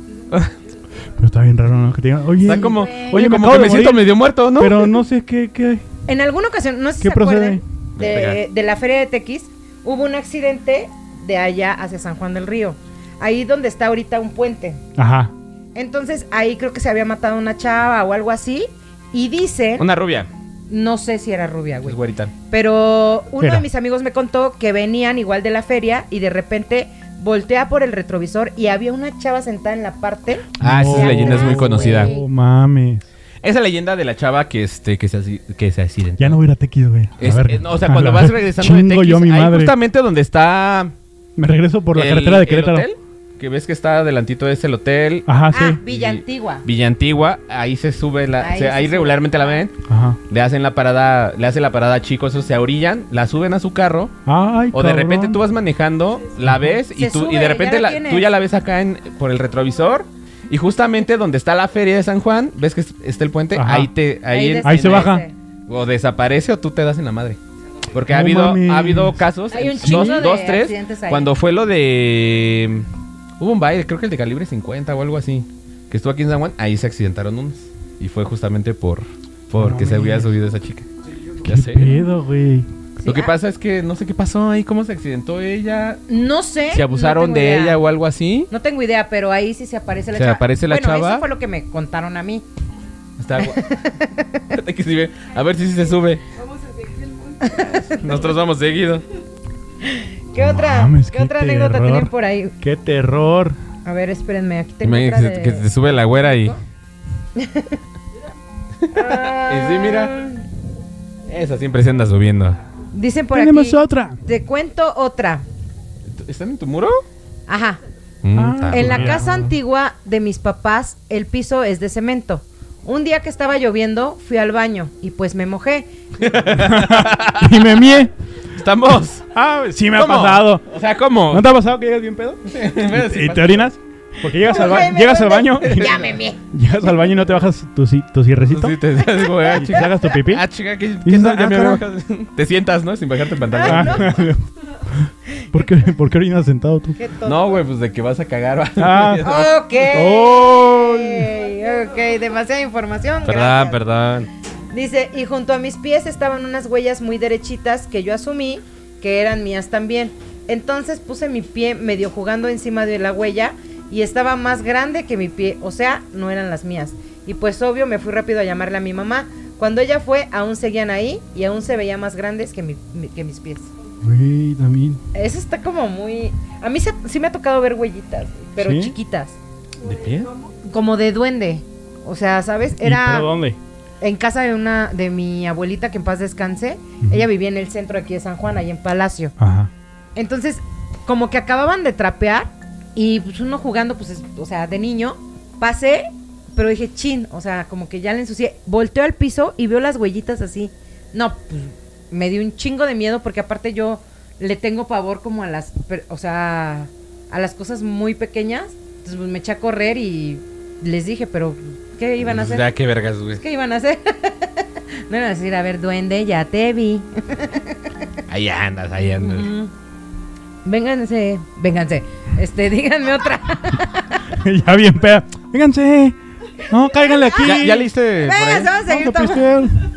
Speaker 3: Pero está bien raro, ¿no? Que te digan, oye,
Speaker 2: Está como,
Speaker 4: güey.
Speaker 2: oye,
Speaker 3: Me
Speaker 2: como
Speaker 3: acabo
Speaker 2: que
Speaker 3: de
Speaker 2: me siento
Speaker 3: morir.
Speaker 2: medio muerto, ¿no?
Speaker 3: pero no sé qué, qué.
Speaker 1: En alguna ocasión, no sé si
Speaker 3: ¿Qué
Speaker 1: se acuerdan
Speaker 2: procede?
Speaker 1: de, de la feria de Tequis, hubo un accidente de allá hacia San Juan del Río. Ahí donde está ahorita un puente.
Speaker 3: Ajá.
Speaker 1: Entonces ahí creo que se había matado una chava o algo así. Y dicen,
Speaker 2: Una rubia.
Speaker 1: no sé si era rubia,
Speaker 2: Es
Speaker 1: güey.
Speaker 2: güerita.
Speaker 1: Pero uno
Speaker 3: Era.
Speaker 1: de mis amigos me contó que venían igual de la feria y de repente voltea por el retrovisor y había una chava sentada en la parte.
Speaker 2: Ah, esa
Speaker 1: No,
Speaker 2: leyenda es muy
Speaker 1: güey.
Speaker 2: conocida.
Speaker 3: No mames.
Speaker 2: Esa leyenda de la chava que este que se asi- que se accidentó.
Speaker 3: Ya no voy a ir a Tequis, güey. A la
Speaker 2: Es-
Speaker 3: verga.
Speaker 2: eh, no, o sea,
Speaker 3: A
Speaker 2: cuando
Speaker 3: la
Speaker 2: vas
Speaker 3: verga.
Speaker 2: regresando de
Speaker 3: Chingo
Speaker 2: Tequis,
Speaker 3: yo a mi
Speaker 2: ahí
Speaker 3: madre.
Speaker 2: justamente donde está
Speaker 3: Me regreso por la
Speaker 2: el-
Speaker 3: carretera de
Speaker 2: el
Speaker 3: Querétaro.
Speaker 2: hotel, que ves que está adelantito es el hotel
Speaker 3: Ajá, sí.
Speaker 1: Ah, Villa Antigua.
Speaker 2: Villa Antigua, ahí se sube la
Speaker 1: Ahí
Speaker 2: o sea,
Speaker 1: se
Speaker 2: ahí
Speaker 1: sube.
Speaker 2: regularmente la ven,
Speaker 3: Ajá.
Speaker 2: le hacen la parada, le hacen la parada a chicos, esos se orillan, la suben a su carro
Speaker 3: Ay,
Speaker 2: o de
Speaker 3: cabrón.
Speaker 2: repente tú vas manejando, la ves y
Speaker 1: Se
Speaker 2: tú y
Speaker 1: sube,
Speaker 2: de
Speaker 1: ya
Speaker 2: repente
Speaker 1: la
Speaker 2: la-
Speaker 1: tienes.
Speaker 2: tú ya la ves acá en por el retrovisor. Y justamente donde está la feria de San Juan, ves que es- está el puente,
Speaker 3: Ajá.
Speaker 2: ahí te ahí, en-
Speaker 3: Ahí se
Speaker 2: en-
Speaker 3: baja.
Speaker 2: O desaparece o tú te das en la madre. Porque ha
Speaker 3: No
Speaker 2: habido
Speaker 3: mames.
Speaker 2: ha habido casos,
Speaker 1: Hay un
Speaker 2: dos-
Speaker 1: chingo
Speaker 2: dos,
Speaker 1: de
Speaker 2: tres,
Speaker 1: accidentes ahí.
Speaker 2: cuando fue lo de hubo un baile, creo que el de calibre 50 o algo así, que estuvo aquí en San Juan, ahí se accidentaron unos y fue justamente por porque
Speaker 3: No
Speaker 2: se había
Speaker 3: mames.
Speaker 2: subido esa chica. Ya
Speaker 3: ¿Qué
Speaker 2: sé.
Speaker 3: pedo, güey?
Speaker 2: Lo que
Speaker 1: ah.
Speaker 2: pasa es que no sé qué pasó ahí, cómo se accidentó ella,
Speaker 1: No sé.
Speaker 2: si abusaron
Speaker 1: ¿Eh? no tengo
Speaker 2: de
Speaker 1: idea.
Speaker 2: ella o algo así.
Speaker 1: No tengo idea, pero ahí sí se aparece la
Speaker 2: Se
Speaker 1: chava.
Speaker 2: aparece la
Speaker 1: bueno,
Speaker 2: chava.
Speaker 1: eso fue lo que me contaron a mí.
Speaker 2: Está agua. Ahorita que sí ve- A ver si sí se sube. Nosotros vamos seguido.
Speaker 1: ¿Qué
Speaker 3: No
Speaker 1: otra,
Speaker 3: mames,
Speaker 1: ¿qué
Speaker 3: qué
Speaker 1: otra anécdota
Speaker 3: terror.
Speaker 1: tienen por ahí?
Speaker 3: ¡Qué terror!
Speaker 1: A ver, espérenme, aquí tengo
Speaker 2: Imagínate
Speaker 1: otra
Speaker 2: que, se-
Speaker 1: de...
Speaker 2: que te sube la güera y.
Speaker 1: Ah,
Speaker 2: Y sí, mira. Esa siempre se anda subiendo.
Speaker 1: Dicen por
Speaker 3: ¡Tenemos
Speaker 1: aquí,
Speaker 3: otra!
Speaker 1: te cuento otra.
Speaker 2: ¿Están en tu muro?
Speaker 1: Ajá,
Speaker 2: Mm,
Speaker 3: Ah.
Speaker 2: está
Speaker 1: En la
Speaker 3: Mira.
Speaker 1: casa antigua de mis papás, el piso es de cemento. Un día que estaba lloviendo, fui al baño y pues me mojé.
Speaker 3: ¡Y me mié!
Speaker 2: bueno. Estamos.
Speaker 3: ¡Ah, sí me ha
Speaker 2: ¿Cómo?
Speaker 3: pasado!
Speaker 2: O sea, ¿cómo?
Speaker 3: ¿No te ha pasado que llegas bien pedo? ¿Y te orinas? Porque llegas, al, ba-
Speaker 1: Ay, me
Speaker 3: llegas al
Speaker 1: duele.
Speaker 3: baño. y-
Speaker 1: Ya me mié.
Speaker 3: Llegas al baño y no te bajas tu, ci- tu cierrecito.
Speaker 2: Sí, te dices, güey, ah,
Speaker 3: y te
Speaker 2: chica.
Speaker 3: hagas tu pipí.
Speaker 2: Ah, chica, ¿qué,
Speaker 3: Dices,
Speaker 2: qué-
Speaker 3: ah,
Speaker 2: ya me había
Speaker 3: caray.
Speaker 2: bajado. Te sientas, ¿no? Sin bajarte el
Speaker 3: Ah,
Speaker 2: pantalón.
Speaker 3: ¿Por, qué, ¿Por qué orinas sentado tú?
Speaker 1: Qué tonto.
Speaker 2: No, güey, pues de que vas a cagar. va.
Speaker 3: Ah.
Speaker 1: Ok. Eh.
Speaker 3: ¡Ay!
Speaker 1: Ok, demasiada información.
Speaker 2: Perdón,
Speaker 1: gracias.
Speaker 2: perdón.
Speaker 1: Dice, y junto a mis pies estaban unas huellas muy derechitas que yo asumí que eran mías también. Entonces puse mi pie medio jugando encima de la huella y estaba más grande que mi pie, o sea, no eran las mías. Y pues obvio me fui rápido a llamarle a mi mamá. Cuando ella fue, aún seguían ahí y aún se veía más grandes que, mi- mi- que mis pies.
Speaker 3: Güey, también.
Speaker 1: Eso está como muy... A mí se- sí me ha tocado ver huellitas, pero
Speaker 3: ¿Sí?
Speaker 1: chiquitas.
Speaker 2: ¿De pie?
Speaker 1: Como de duende. O sea, ¿sabes?
Speaker 3: ¿Y
Speaker 1: Era...
Speaker 3: ¿Pero dónde?
Speaker 1: En casa de una de mi abuelita que en paz descanse, ella vivía en el centro aquí de San Juan, ahí en Palacio.
Speaker 3: Ajá.
Speaker 1: Entonces, como que acababan de trapear y pues uno jugando, pues, es- o sea, de niño, pasé, pero dije, chin, o sea, como que ya le ensucié. Volteo al piso y veo las huellitas así. No, pues, me dio un chingo de miedo porque aparte yo le tengo pavor como a las, per- o sea, a las cosas muy pequeñas. Entonces, pues, me eché a correr y les dije, pero, ¿qué iban a hacer?
Speaker 2: Ya, Pues, qué vergas, güey.
Speaker 1: ¿Qué iban a hacer? no iban a decir, a ver, duende, ya te vi.
Speaker 2: Ahí andas, ahí andas.
Speaker 1: Ujú. Vénganse, vénganse. Este, díganme otra.
Speaker 3: ya bien peda. Vénganse. No, cáiganle aquí.
Speaker 2: ¿Ya, ya leíste? Eh, por ahí?
Speaker 1: Venga, vamos a seguir
Speaker 3: Vamos
Speaker 1: tomando.
Speaker 3: a pistear.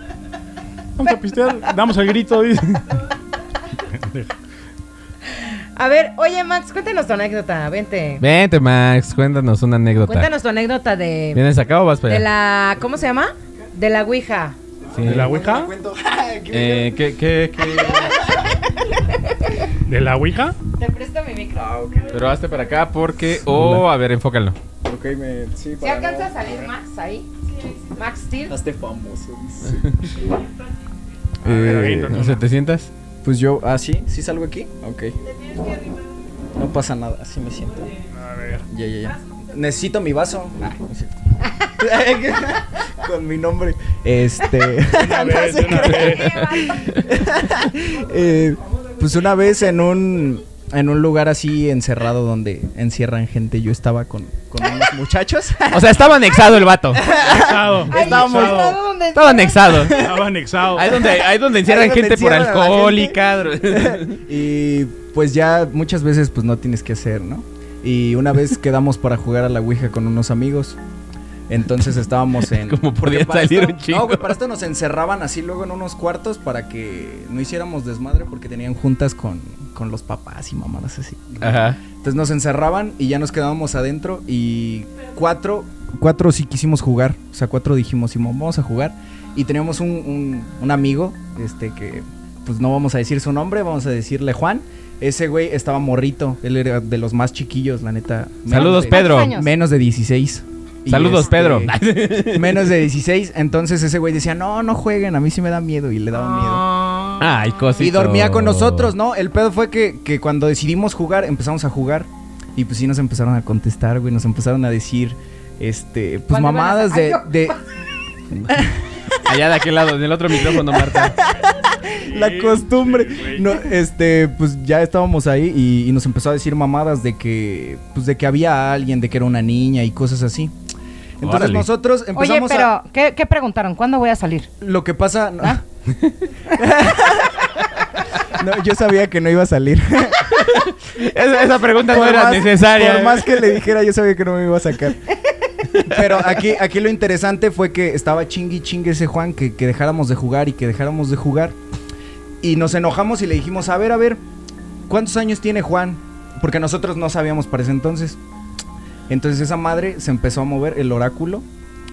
Speaker 3: Vamos a pistear. Damos el grito, dice.
Speaker 1: A ver, oye, Max, cuéntanos tu anécdota. Vente.
Speaker 2: Vente, Max, cuéntanos una anécdota.
Speaker 1: Cuéntanos tu anécdota de,
Speaker 2: ¿Vienes acá o vas para
Speaker 1: de
Speaker 2: allá?
Speaker 1: la. ¿Cómo se llama? De la Ouija.
Speaker 2: Sí.
Speaker 3: ¿De la Ouija?
Speaker 4: Cuento.
Speaker 2: Eh, ¿qué, qué, qué?
Speaker 3: ¿De la Ouija?
Speaker 1: Te presto mi micro.
Speaker 4: Ah, ok.
Speaker 2: Pero hazte para acá porque... Oh, a ver, enfócalo.
Speaker 4: Ok, me. Sí,
Speaker 1: ¿Se alcanza a salir Max ahí? Max Steel.
Speaker 4: Hazte famoso. dice.
Speaker 3: A ver, ahorita,
Speaker 2: ¿No se te sientas?
Speaker 4: Pues yo, ah, sí, sí salgo aquí. Ok. No pasa nada, así me siento.
Speaker 3: A ver.
Speaker 4: Ya, ya, ya. Necesito mi vaso. Ah, no es cierto. Con mi nombre. Este. no
Speaker 3: vez,
Speaker 4: sé
Speaker 3: de una
Speaker 4: qué. Eh, pues una vez en un en un lugar así encerrado donde encierran gente. Yo estaba con, con unos muchachos.
Speaker 2: O sea, estaba anexado el vato.
Speaker 3: Anexado.
Speaker 1: Ahí
Speaker 4: Estábamos-
Speaker 1: está donde
Speaker 2: Estaba
Speaker 1: entra-
Speaker 2: anexado.
Speaker 3: Estaba anexado.
Speaker 2: Ahí es donde, ahí es donde
Speaker 4: Ahí
Speaker 2: encierran
Speaker 4: es donde
Speaker 2: gente por
Speaker 4: encierran a la
Speaker 2: alcohólica. dro-
Speaker 4: y pues ya muchas veces pues no tienes que hacer, ¿no? Y una vez quedamos para jugar a la Ouija con unos amigos. Entonces estábamos en...
Speaker 2: Como
Speaker 4: porque
Speaker 2: podía
Speaker 4: para
Speaker 2: salir
Speaker 4: esto-
Speaker 2: un chingo.
Speaker 4: No, güey, para esto nos encerraban así luego en unos cuartos para que no hiciéramos desmadre porque tenían juntas con, con los papás y mamadas así.
Speaker 2: Ajá.
Speaker 4: Entonces nos encerraban y ya nos quedábamos adentro y cuatro, cuatro sí quisimos jugar. O sea, cuatro dijimos, Simón, vamos a jugar. Y teníamos un, un- un amigo, este que, pues no vamos a decir su nombre, vamos a decirle Juan. Ese güey estaba morrito, él era de los más chiquillos, la neta. Menos
Speaker 2: Saludos,
Speaker 4: de-
Speaker 2: Pedro.
Speaker 5: años?
Speaker 4: Menos de 16. Y
Speaker 2: Saludos,
Speaker 4: este,
Speaker 2: Pedro.
Speaker 4: Menos de 16. Entonces ese güey decía, no, no jueguen, a mí sí me da miedo. Y le daba miedo.
Speaker 2: Ay, cosito.
Speaker 4: Y dormía con nosotros, ¿no? El pedo fue que, que cuando decidimos jugar, empezamos a jugar. Y pues sí nos empezaron a contestar, güey. Nos empezaron a decir, este, pues
Speaker 1: ¿Cuándo van a
Speaker 4: mamadas de,
Speaker 1: sacar?
Speaker 4: de
Speaker 2: Allá de aquel lado, en el otro micrófono, Marta.
Speaker 4: la costumbre. No, este, pues ya estábamos ahí y, y nos empezó a decir mamadas de que, pues de que había alguien, de que era una niña y cosas así. Entonces
Speaker 2: Órale.
Speaker 4: nosotros
Speaker 5: Oye,
Speaker 4: empezamos
Speaker 5: pero,
Speaker 4: a...
Speaker 5: ¿qué, qué preguntaron? ¿Cuándo voy a salir?
Speaker 4: Lo que pasa... No,
Speaker 1: ¿Ah?
Speaker 4: No, yo sabía que no iba a salir.
Speaker 2: Esa, esa pregunta no
Speaker 4: Por
Speaker 2: era
Speaker 4: más-
Speaker 2: necesaria.
Speaker 4: Por más que le dijera, yo sabía que no me iba a sacar. Pero aquí, aquí lo interesante fue que estaba chingui chingue ese Juan que, que dejáramos de jugar y que dejáramos de jugar. Y nos enojamos y le dijimos, a ver, a ver, ¿cuántos años tiene Juan? Porque nosotros no sabíamos para ese entonces. Entonces esa madre se empezó a mover el oráculo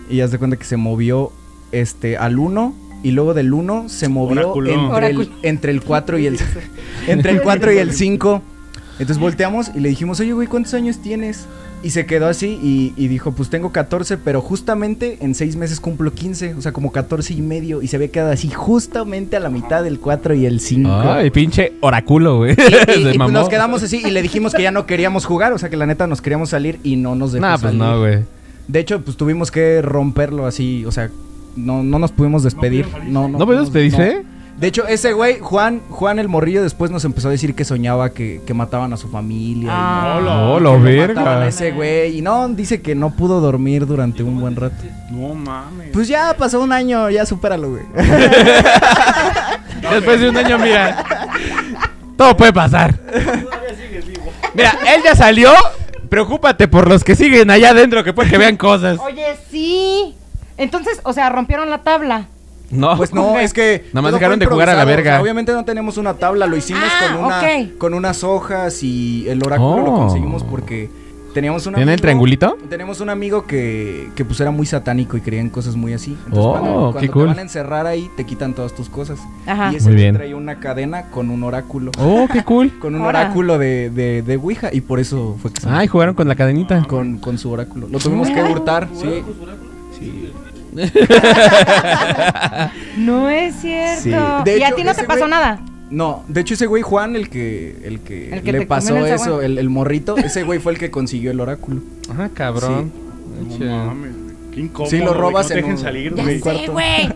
Speaker 4: y ya se cuenta que se movió este al 1 y luego del 1 se movió
Speaker 3: Oráculo.
Speaker 4: entre el,
Speaker 5: Oráculo.
Speaker 4: entre el 4 y el entre el 4 y el 5. Entonces volteamos y le dijimos, "Oye, güey, ¿cuántos años tienes?" Y se quedó así y, y dijo, "Pues tengo 14, pero justamente en 6 meses cumplo 15, o sea, como 14 y medio." Y se había quedado así justamente a la mitad del 4 y el 5.
Speaker 2: Ay, pinche oráculo, güey.
Speaker 4: Y,
Speaker 2: Se
Speaker 4: pues,
Speaker 2: mamó.
Speaker 4: nos quedamos así y le dijimos que ya no queríamos jugar, o sea que la neta nos queríamos salir y no nos dejó
Speaker 2: Nah, pues
Speaker 4: salir.
Speaker 2: no, güey.
Speaker 4: De hecho, pues tuvimos que romperlo así, o sea, no, no nos pudimos despedir.
Speaker 3: pudieron salir.
Speaker 4: No, no,
Speaker 2: ¿No me
Speaker 4: nos-
Speaker 2: despediste?
Speaker 4: no. De hecho, ese güey, Juan, Juan el morrillo después nos empezó a decir que soñaba que, que mataban a su familia. y
Speaker 5: Ah,
Speaker 3: Hola.
Speaker 2: No,
Speaker 4: que
Speaker 2: lo
Speaker 4: lo mataban a
Speaker 2: verga.
Speaker 4: ese güey. Y no, dice que no pudo dormir durante un buen rato.
Speaker 3: No mames.
Speaker 4: Pues ya pasó un año, ya supéralo, güey.
Speaker 2: Después de un año, mira. Todo puede pasar. Mira, él ya salió. Preocúpate por los que siguen allá adentro, que puede que vean cosas.
Speaker 5: Oye, sí. Entonces, o sea, rompieron la tabla.
Speaker 2: No,
Speaker 4: Pues no, es que.
Speaker 2: Nada más
Speaker 4: todo
Speaker 2: dejaron
Speaker 4: fue
Speaker 2: de jugar a la
Speaker 4: improvisado,
Speaker 2: verga.
Speaker 4: o sea, obviamente no tenemos una tabla, lo hicimos
Speaker 5: Ah,
Speaker 4: con, una,
Speaker 5: ok.
Speaker 4: con unas hojas y el oráculo lo
Speaker 2: Oh.
Speaker 4: conseguimos porque teníamos una.
Speaker 2: ¿Tiene el triangulito?
Speaker 4: Tenemos un amigo que, que pues era muy satánico y creía en cosas muy así. Entonces,
Speaker 2: Oh,
Speaker 4: cuando, cuando
Speaker 2: qué
Speaker 4: te
Speaker 2: cool.
Speaker 4: van a encerrar ahí, te quitan todas tus cosas.
Speaker 5: Ajá.
Speaker 4: Y ese
Speaker 2: Muy
Speaker 4: güey
Speaker 2: bien.
Speaker 4: traía una cadena con un oráculo.
Speaker 2: Oh, qué cool.
Speaker 4: Con un
Speaker 5: Ahora.
Speaker 4: oráculo de, de, de Ouija y por eso fue que se-
Speaker 2: Ay, jugaron con la cadenita.
Speaker 4: con, con su oráculo. Lo tuvimos que hurtar, sí.
Speaker 5: No es cierto.
Speaker 4: Sí. De
Speaker 5: ¿Y a
Speaker 4: hecho,
Speaker 5: ti no te
Speaker 4: ese
Speaker 5: pasó
Speaker 4: güey-
Speaker 5: nada?
Speaker 4: No, de hecho ese güey Juan, el que, el que,
Speaker 5: El que
Speaker 4: le
Speaker 5: te
Speaker 4: pasó
Speaker 5: comió en el
Speaker 4: eso,
Speaker 5: zaguán.
Speaker 4: el, el morrito, ese güey fue el que consiguió el oráculo.
Speaker 2: Ah, cabrón. Che.
Speaker 3: No mames. güey. Qué incómodo.
Speaker 4: Sí, lo
Speaker 3: güey,
Speaker 4: robas
Speaker 3: que no te
Speaker 4: en
Speaker 3: dejen
Speaker 4: un-
Speaker 3: salir,
Speaker 4: Ya
Speaker 3: güey.
Speaker 4: sé. cuarto.
Speaker 5: güey.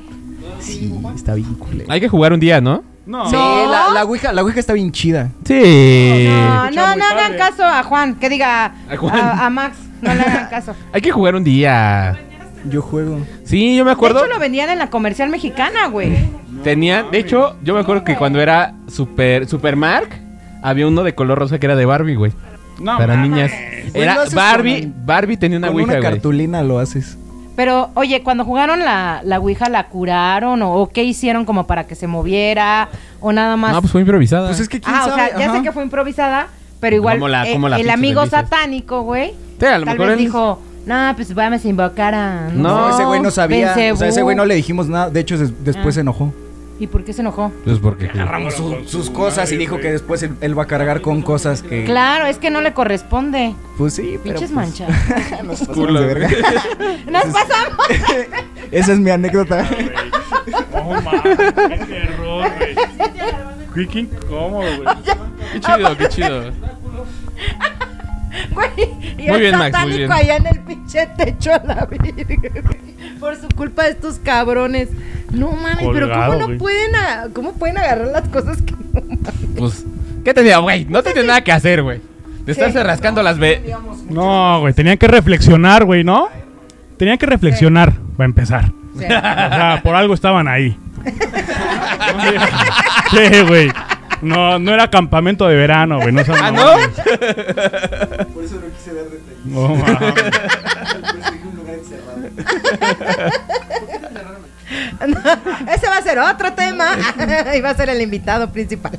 Speaker 4: Sí, está bien culero.
Speaker 2: Hay que jugar un día, ¿no?
Speaker 3: No.
Speaker 4: Sí, la, la ouija, la ouija está bien chida.
Speaker 2: Sí.
Speaker 4: Eh,
Speaker 5: No, no,
Speaker 3: Escuchaba muy
Speaker 5: no hagan
Speaker 3: padre.
Speaker 5: caso a Juan. Que diga a,
Speaker 2: A Juan.
Speaker 5: a- a Max. No le hagan caso.
Speaker 2: Hay que jugar un día.
Speaker 4: Yo juego.
Speaker 2: Sí, yo me
Speaker 5: De
Speaker 2: acuerdo.
Speaker 5: hecho, lo vendían en la comercial mexicana, güey.
Speaker 2: Tenían, de hecho, yo me acuerdo que cuando era Super Supermark había uno de color rosa que era de Barbie, güey,
Speaker 3: No,
Speaker 2: para
Speaker 3: mames.
Speaker 2: niñas.
Speaker 4: Güey,
Speaker 2: Era
Speaker 4: lo haces
Speaker 2: Barbie,
Speaker 4: con-
Speaker 2: Barbie tenía una
Speaker 4: Con
Speaker 2: ouija,
Speaker 4: una
Speaker 2: güey.
Speaker 4: cartulina lo haces.
Speaker 5: Pero, oye, cuando jugaron la, la Ouija, ¿la curaron o, o qué hicieron como para que se moviera? ¿O nada más.
Speaker 2: No, pues fue improvisada.
Speaker 4: Pues es que quién
Speaker 5: ah, o
Speaker 4: sabe.
Speaker 5: sea, ya
Speaker 4: ajá.
Speaker 5: sé que fue improvisada, pero igual
Speaker 2: ¿Cómo la-
Speaker 5: eh,
Speaker 2: cómo la
Speaker 5: el
Speaker 2: pinches
Speaker 5: amigo
Speaker 2: revisas?
Speaker 5: satánico, güey,
Speaker 2: Sí, a lo
Speaker 5: tal
Speaker 2: mejor
Speaker 5: vez
Speaker 2: él-
Speaker 5: dijo, no, pues vamos a invocar a...
Speaker 2: No,
Speaker 4: No, ese güey no sabía. O sea, ese güey no le dijimos nada. De hecho, des- después
Speaker 5: Ah.
Speaker 4: se enojó.
Speaker 5: ¿Y por qué se enojó?
Speaker 2: Pues porque
Speaker 4: Agarramos sus cosas y dijo que después él, él va a cargar con cosas que.
Speaker 5: Claro, es que no le corresponde.
Speaker 4: Pues sí, pero.
Speaker 5: Pinches
Speaker 4: pues,
Speaker 5: manchas.
Speaker 4: nos pasamos
Speaker 2: Culo,
Speaker 4: de verga.
Speaker 5: Nos pasamos.
Speaker 4: Esa es mi anécdota.
Speaker 3: No mames. Qué terror, güey. Qué- Qué incómodo, güey.
Speaker 2: Qué chido, qué chido.
Speaker 5: Güey, y
Speaker 2: Muy
Speaker 5: el
Speaker 2: bien, Max,
Speaker 5: satánico
Speaker 2: muy bien.
Speaker 5: allá en el pinche techo a la virgen. güey, Por su culpa de estos cabrones. No mames, pero
Speaker 3: Colgado,
Speaker 5: ¿cómo no
Speaker 3: güey.
Speaker 5: pueden, a- cómo pueden agarrar las cosas que no mames?
Speaker 2: Pues ¿Qué tenía, güey? No tenía nada que hacer, güey. De estarse rascando las ve.
Speaker 3: No, güey, tenían que reflexionar, güey, ¿no? Tenían que reflexionar, para empezar.
Speaker 1: Sí.
Speaker 3: O sea, por algo estaban ahí. Sí, güey. No, no era campamento de verano, güey. No sean
Speaker 2: Ah, ¿no?
Speaker 3: mamones.
Speaker 6: Por eso no quise dar detalles.
Speaker 3: No, mames.
Speaker 6: Por eso dije un lugar encerrado.
Speaker 1: Ese va a ser otro tema y va a ser el invitado principal.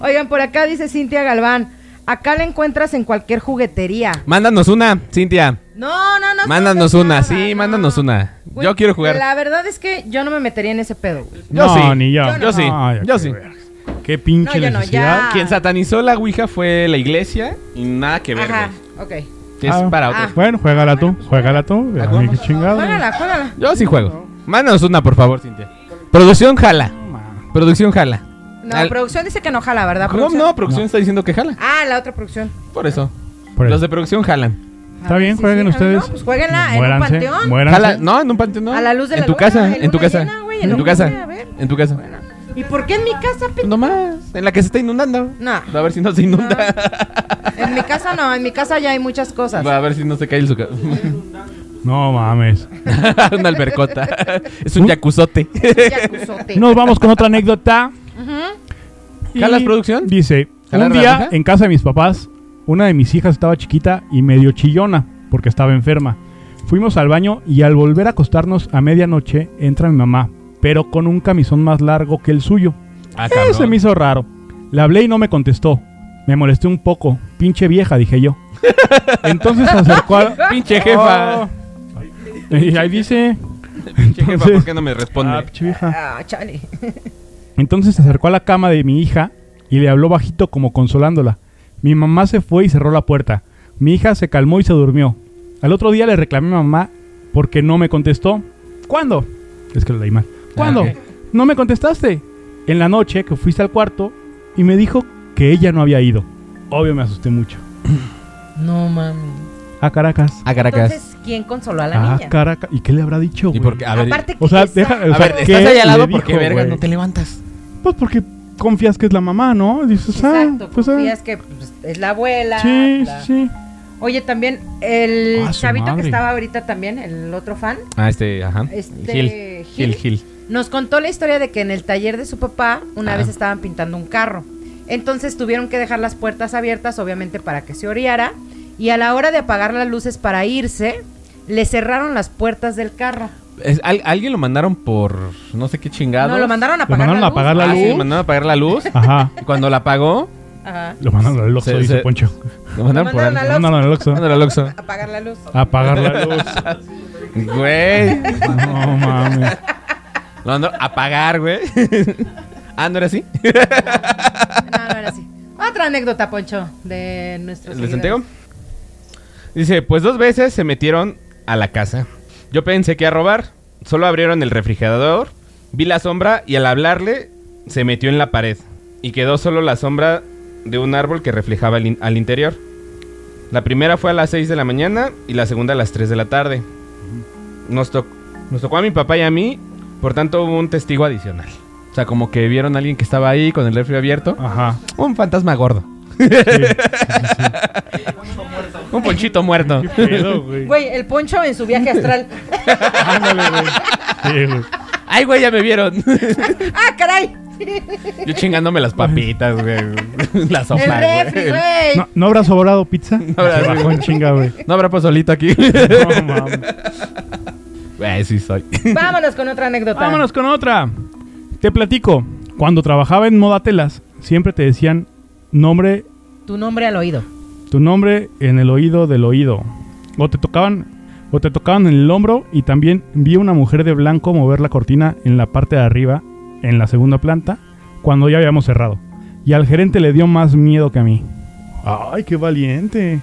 Speaker 1: Oigan, por acá dice Cintia Galván, acá la encuentras en cualquier juguetería.
Speaker 2: Mándanos una, Cintia.
Speaker 1: No, no, no.
Speaker 2: Mándanos
Speaker 1: no, no,
Speaker 2: una,
Speaker 1: no,
Speaker 2: sí,
Speaker 1: no.
Speaker 2: mándanos una.
Speaker 1: Güey,
Speaker 2: Yo quiero jugar.
Speaker 1: La verdad es que yo no me metería en ese pedo, güey.
Speaker 2: Yo
Speaker 3: No,
Speaker 2: sí.
Speaker 3: ni yo.
Speaker 2: Yo sí,
Speaker 3: Ay,
Speaker 2: yo
Speaker 3: qué
Speaker 2: sí.
Speaker 3: vergas. Qué pinche
Speaker 1: No, yo no,
Speaker 3: necesidad.
Speaker 1: Ah.
Speaker 2: Quien satanizó la Ouija fue la iglesia y nada que ver,
Speaker 1: Ajá,
Speaker 2: güey.
Speaker 1: ok.
Speaker 2: Que es
Speaker 3: Ah.
Speaker 2: para
Speaker 1: Ah.
Speaker 2: otros.
Speaker 3: Bueno, juégala tú, juégala tú. A mí qué chingado.
Speaker 1: Juégala, juégala.
Speaker 2: Yo sí juego. Mándanos una, por favor, Cintia. Producción jala. Producción jala.
Speaker 1: No,
Speaker 2: Al-
Speaker 1: producción dice que no jala, ¿verdad?
Speaker 2: ¿Cómo
Speaker 1: producción?
Speaker 2: no? Producción está diciendo que jala.
Speaker 1: Ah, la otra producción.
Speaker 2: Por eso.
Speaker 3: Por
Speaker 2: Los
Speaker 3: eso.
Speaker 2: de producción jalan.
Speaker 3: Está bien, jueguen
Speaker 1: Ah,
Speaker 3: ustedes.
Speaker 1: No, pues jueguenla en un
Speaker 3: Muéranse,
Speaker 1: panteón.
Speaker 3: muéranse.
Speaker 2: Jala. No, en un panteón. no.
Speaker 1: A la luz de
Speaker 2: en
Speaker 1: la
Speaker 2: tu
Speaker 1: luna,
Speaker 2: casa,
Speaker 1: en
Speaker 2: en tu
Speaker 1: luna
Speaker 2: casa.
Speaker 1: llena, güey, en
Speaker 2: En tu
Speaker 1: luna llena, a
Speaker 2: casa.
Speaker 1: ver.
Speaker 2: En tu casa. Pues
Speaker 1: ¿Y por qué en mi casa, pe-
Speaker 2: Nomás, en la que se está inundando.
Speaker 1: No.
Speaker 2: A ver si no se inunda.
Speaker 1: En mi casa no, en mi casa ya hay muchas cosas.
Speaker 2: Va a ver si no se cae el suca-
Speaker 3: No mames.
Speaker 2: Una albercota. Es
Speaker 3: ¿Mm?
Speaker 2: un yacuzote.
Speaker 1: Yacuzote.
Speaker 3: Nos vamos con otra anécdota. Y
Speaker 2: ¿Jalas producción?
Speaker 3: Dice,
Speaker 2: ¿Jalas
Speaker 3: un
Speaker 2: la
Speaker 3: día
Speaker 2: aguja?
Speaker 3: en casa de mis papás, una de mis hijas estaba chiquita y medio chillona porque estaba enferma. Fuimos al baño y al volver a acostarnos a medianoche entra mi mamá, pero con un camisón más largo que el suyo.
Speaker 2: Ah,
Speaker 3: Eh, se me hizo raro. Le hablé y no me contestó. Me molesté un poco. Pinche vieja, dije yo. Entonces se acercó a...
Speaker 2: Pinche jefa.
Speaker 3: Oh. Y ahí dice...
Speaker 2: Pinche jefa,
Speaker 3: Entonces-
Speaker 2: ¿por qué no me
Speaker 3: Ah,
Speaker 2: responde?
Speaker 3: pinche vieja.
Speaker 1: Ah, chale.
Speaker 3: Entonces se acercó a la cama de mi hija y le habló bajito como consolándola. Mi mamá se fue y cerró la puerta. Mi hija se calmó y se durmió. Al otro día le reclamé a mi mamá porque no me contestó. ¿Cuándo? Es que lo leí mal. ¿Cuándo?
Speaker 2: Ah, ok.
Speaker 3: No me contestaste. En la noche que fuiste al cuarto y me dijo que ella no había ido. Obvio me asusté mucho.
Speaker 1: No mami.
Speaker 3: A Caracas.
Speaker 2: A
Speaker 1: Entonces, ¿quién consoló a la
Speaker 3: Ah,
Speaker 1: niña?
Speaker 3: Caracas. ¿Y qué le habrá dicho?
Speaker 2: ¿Y
Speaker 3: güey?
Speaker 2: por qué? A ver,
Speaker 1: Aparte que
Speaker 3: O sea,
Speaker 1: esa-
Speaker 3: deja. o
Speaker 2: a
Speaker 3: sea,
Speaker 2: ver
Speaker 3: ¿qué
Speaker 2: estás ahí al lado
Speaker 3: le
Speaker 2: porque
Speaker 3: dijo,
Speaker 2: verga,
Speaker 3: güey?
Speaker 2: no te levantas.
Speaker 3: Pues porque confías que es la mamá, ¿no? Dices, ah,
Speaker 1: Exacto,
Speaker 3: pues, ah,
Speaker 1: confías que pues, es la abuela.
Speaker 3: Sí,
Speaker 1: la-
Speaker 3: sí.
Speaker 1: Oye, también el
Speaker 3: Ah, su
Speaker 1: chavito
Speaker 3: madre.
Speaker 1: que estaba ahorita también, el otro fan,
Speaker 2: Ah, este, ajá.
Speaker 1: Este,
Speaker 2: Gil. Gil,
Speaker 1: Gil.
Speaker 2: Gil.
Speaker 1: nos contó la historia de que en el taller de su papá una
Speaker 2: Ah.
Speaker 1: vez estaban pintando un carro. Entonces tuvieron que dejar las puertas abiertas, obviamente, para que se oreara. Y a la hora de apagar las luces para irse, le cerraron las puertas del carro.
Speaker 2: Es- al- alguien lo mandaron por no sé qué chingado.
Speaker 1: No, lo mandaron a
Speaker 3: Lo
Speaker 1: apagar
Speaker 3: mandaron a
Speaker 1: la
Speaker 3: apagar
Speaker 1: luz.
Speaker 3: la
Speaker 2: ah, sí,
Speaker 3: luz.
Speaker 2: lo mandaron a apagar la luz.
Speaker 3: Ajá.
Speaker 2: Y cuando la apagó,
Speaker 1: Ajá.
Speaker 3: Lo mandaron al Oxxo,
Speaker 2: Se-
Speaker 3: dice
Speaker 2: se-
Speaker 3: Poncho.
Speaker 2: lo mandaron por
Speaker 1: mandaron
Speaker 2: algo.
Speaker 3: Lo mandaron al Oxxo.
Speaker 2: Mandaron al Oxxo.
Speaker 1: Apagar la luz.
Speaker 3: A apagar la luz.
Speaker 2: Güey.
Speaker 3: No mames.
Speaker 2: Lo mandaron a apagar, güey. ah, ¿no era así?
Speaker 1: No, no era así. Otra anécdota, Poncho, de nuestros.
Speaker 2: ¿Les
Speaker 1: seguidores.
Speaker 2: entrego? Dice, pues dos veces se metieron a la casa. Yo pensé que a robar. Solo abrieron el refrigerador, vi la sombra y al hablarle se metió en la pared. Y quedó solo la sombra de un árbol que reflejaba al, in- al interior. La primera fue a las 6 de la mañana y la segunda a las 3 de la tarde. Nos, toc- nos tocó a mi papá y a mí, por tanto hubo un testigo adicional. O sea, como que vieron a alguien que estaba ahí con el refri abierto.
Speaker 3: Ajá.
Speaker 2: Un fantasma gordo. Un ponchito muerto.
Speaker 3: Qué pedo, güey.
Speaker 1: Güey, el Poncho en su viaje astral.
Speaker 3: Ándale, güey. Sí, güey.
Speaker 2: Ay, güey, ya me vieron.
Speaker 1: ¡Ah, caray!
Speaker 2: Yo chingándome las papitas, güey. La sopa,
Speaker 1: el
Speaker 2: güey.
Speaker 1: refri, güey.
Speaker 3: No, ¿no habrá sobrado pizza? No
Speaker 2: habrá-
Speaker 3: Se bajó en chinga, güey.
Speaker 2: No habrá pozolito aquí.
Speaker 3: No mames.
Speaker 2: Güey, sí soy.
Speaker 1: Vámonos con otra anécdota.
Speaker 3: Vámonos con otra. Te platico. Cuando trabajaba en Moda Telas, siempre te decían nombre
Speaker 1: Tu nombre al oído.
Speaker 3: tu nombre en el oído del oído. O te tocaban o te tocaban en el hombro y también vi a una mujer de blanco mover la cortina en la parte de arriba, en la segunda planta, cuando ya habíamos cerrado. Y al gerente le dio más miedo que a mí. Ay, qué valiente.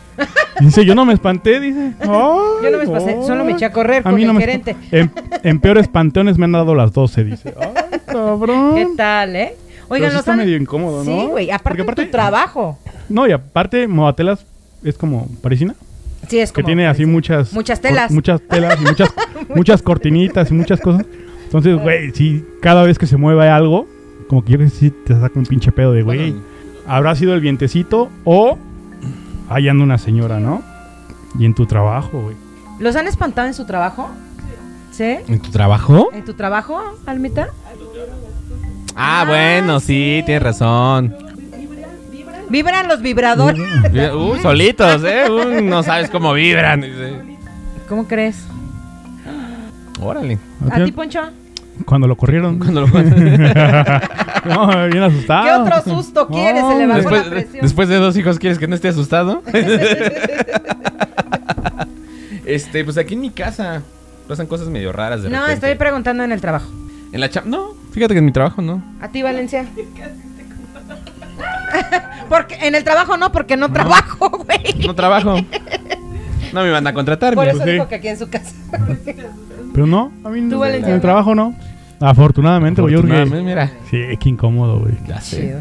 Speaker 3: Dice, yo no me espanté, dice.
Speaker 1: Yo no me espanté, solo me eché a correr con el gerente.
Speaker 3: espanté. En, en peores panteones me han dado las 12, dice. Ay, cabrón.
Speaker 1: ¿Qué tal, eh?
Speaker 3: Pero
Speaker 1: Oigan,
Speaker 3: sí
Speaker 1: los
Speaker 3: está
Speaker 1: han-
Speaker 3: medio incómodo, ¿no?
Speaker 1: Sí, güey. Aparte,
Speaker 3: Porque
Speaker 1: de tu trabajo.
Speaker 3: No, y aparte, Modatelas es como parisina.
Speaker 1: Sí, es
Speaker 3: que
Speaker 1: como.
Speaker 3: tiene así muchas
Speaker 1: Muchas
Speaker 3: cor-
Speaker 1: telas.
Speaker 3: muchas telas y muchas muchas cortinitas y muchas cosas entonces güey si cada vez que se mueva algo como que yo que sí te saca un pinche pedo de güey habrá sido el vientecito o ahí anda una señora, ¿no? Y en tu trabajo, güey.
Speaker 1: ¿Los han espantado en su trabajo? ¿Sí?
Speaker 2: ¿En tu trabajo?
Speaker 1: ¿En tu trabajo, Almita?
Speaker 2: Ah, bueno, sí, tienes razón.
Speaker 1: ¿Vibran los vibradores?
Speaker 2: Uh, solitos, ¿eh? Uh, no sabes cómo vibran. dice.
Speaker 1: ¿Cómo crees?
Speaker 2: Órale.
Speaker 1: ¿A ti, Poncho?
Speaker 3: Cuando lo corrieron.
Speaker 2: Cuando lo-
Speaker 3: No, bien asustado.
Speaker 1: ¿Qué otro susto quieres? Se le bajó la
Speaker 2: después,
Speaker 1: presión.
Speaker 2: después de dos hijos, ¿quieres que no esté asustado? este, pues aquí en mi casa pasan cosas medio raras de
Speaker 1: No,
Speaker 2: repente.
Speaker 1: estoy preguntando en el trabajo.
Speaker 2: En la chamba. No, fíjate que en mi trabajo no.
Speaker 1: ¿A ti, Valencia? porque en el trabajo no, porque no, trabajo, güey.
Speaker 2: No trabajo. No me van a contratar.
Speaker 1: Por
Speaker 2: mira.
Speaker 1: eso
Speaker 3: sí.
Speaker 1: dijo que aquí en su casa.
Speaker 3: Pero no, a mí
Speaker 1: Tú,
Speaker 3: no. En
Speaker 1: Valenciano.
Speaker 3: el trabajo no. Afortunadamente, güey. yo creo que-
Speaker 2: Afortunadamente, mira.
Speaker 3: Sí, qué incómodo, güey.
Speaker 2: Ya sé.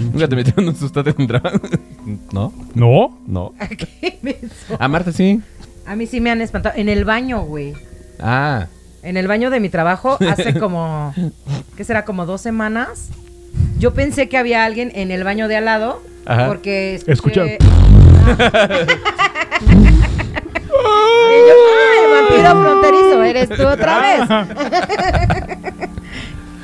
Speaker 2: Nunca te metieron un sustote en un trabajo. No,
Speaker 3: ¿No?
Speaker 2: no.
Speaker 1: ¿A qué me so-
Speaker 2: A Marta sí.
Speaker 1: A mí sí me han espantado. En el baño, güey.
Speaker 2: Ah.
Speaker 1: En el baño de mi trabajo hace como, ¿qué será? Como dos semanas. Yo pensé que había alguien en el baño de al lado.
Speaker 2: Ajá.
Speaker 1: Porque
Speaker 3: Escucha.
Speaker 1: escuché- Ah. Y yo, "Ah, el vampiro fronterizo, eres tú otra
Speaker 2: Ah.
Speaker 1: vez.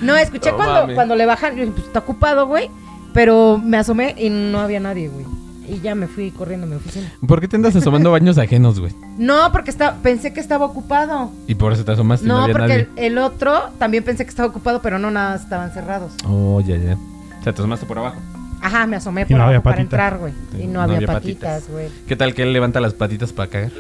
Speaker 1: no, escuché
Speaker 2: No
Speaker 1: cuando,
Speaker 2: mames.
Speaker 1: cuando le bajan, yo dije, pues está ocupado, güey. Pero me asomé y no había nadie, güey. Y ya me fui corriendo a mi oficina.
Speaker 2: ¿Por qué te andas asomando a baños ajenos, güey?
Speaker 1: No, porque está, pensé que estaba ocupado.
Speaker 2: Y por eso te asomaste y no
Speaker 1: no,
Speaker 2: había
Speaker 1: porque
Speaker 2: Pues, nadie.
Speaker 1: el, el otro también pensé que estaba ocupado, pero no nada, estaban cerrados.
Speaker 2: Oh, ya, ya. O sea, te asomaste por abajo.
Speaker 1: Ajá, me asomé
Speaker 3: no
Speaker 1: por
Speaker 3: había
Speaker 1: abajo para
Speaker 3: patita.
Speaker 1: entrar, güey.
Speaker 2: Sí,
Speaker 1: Y no,
Speaker 2: no
Speaker 1: había,
Speaker 2: había patitas.
Speaker 1: patitas, güey.
Speaker 2: ¿Qué tal que él levanta las patitas para cagar?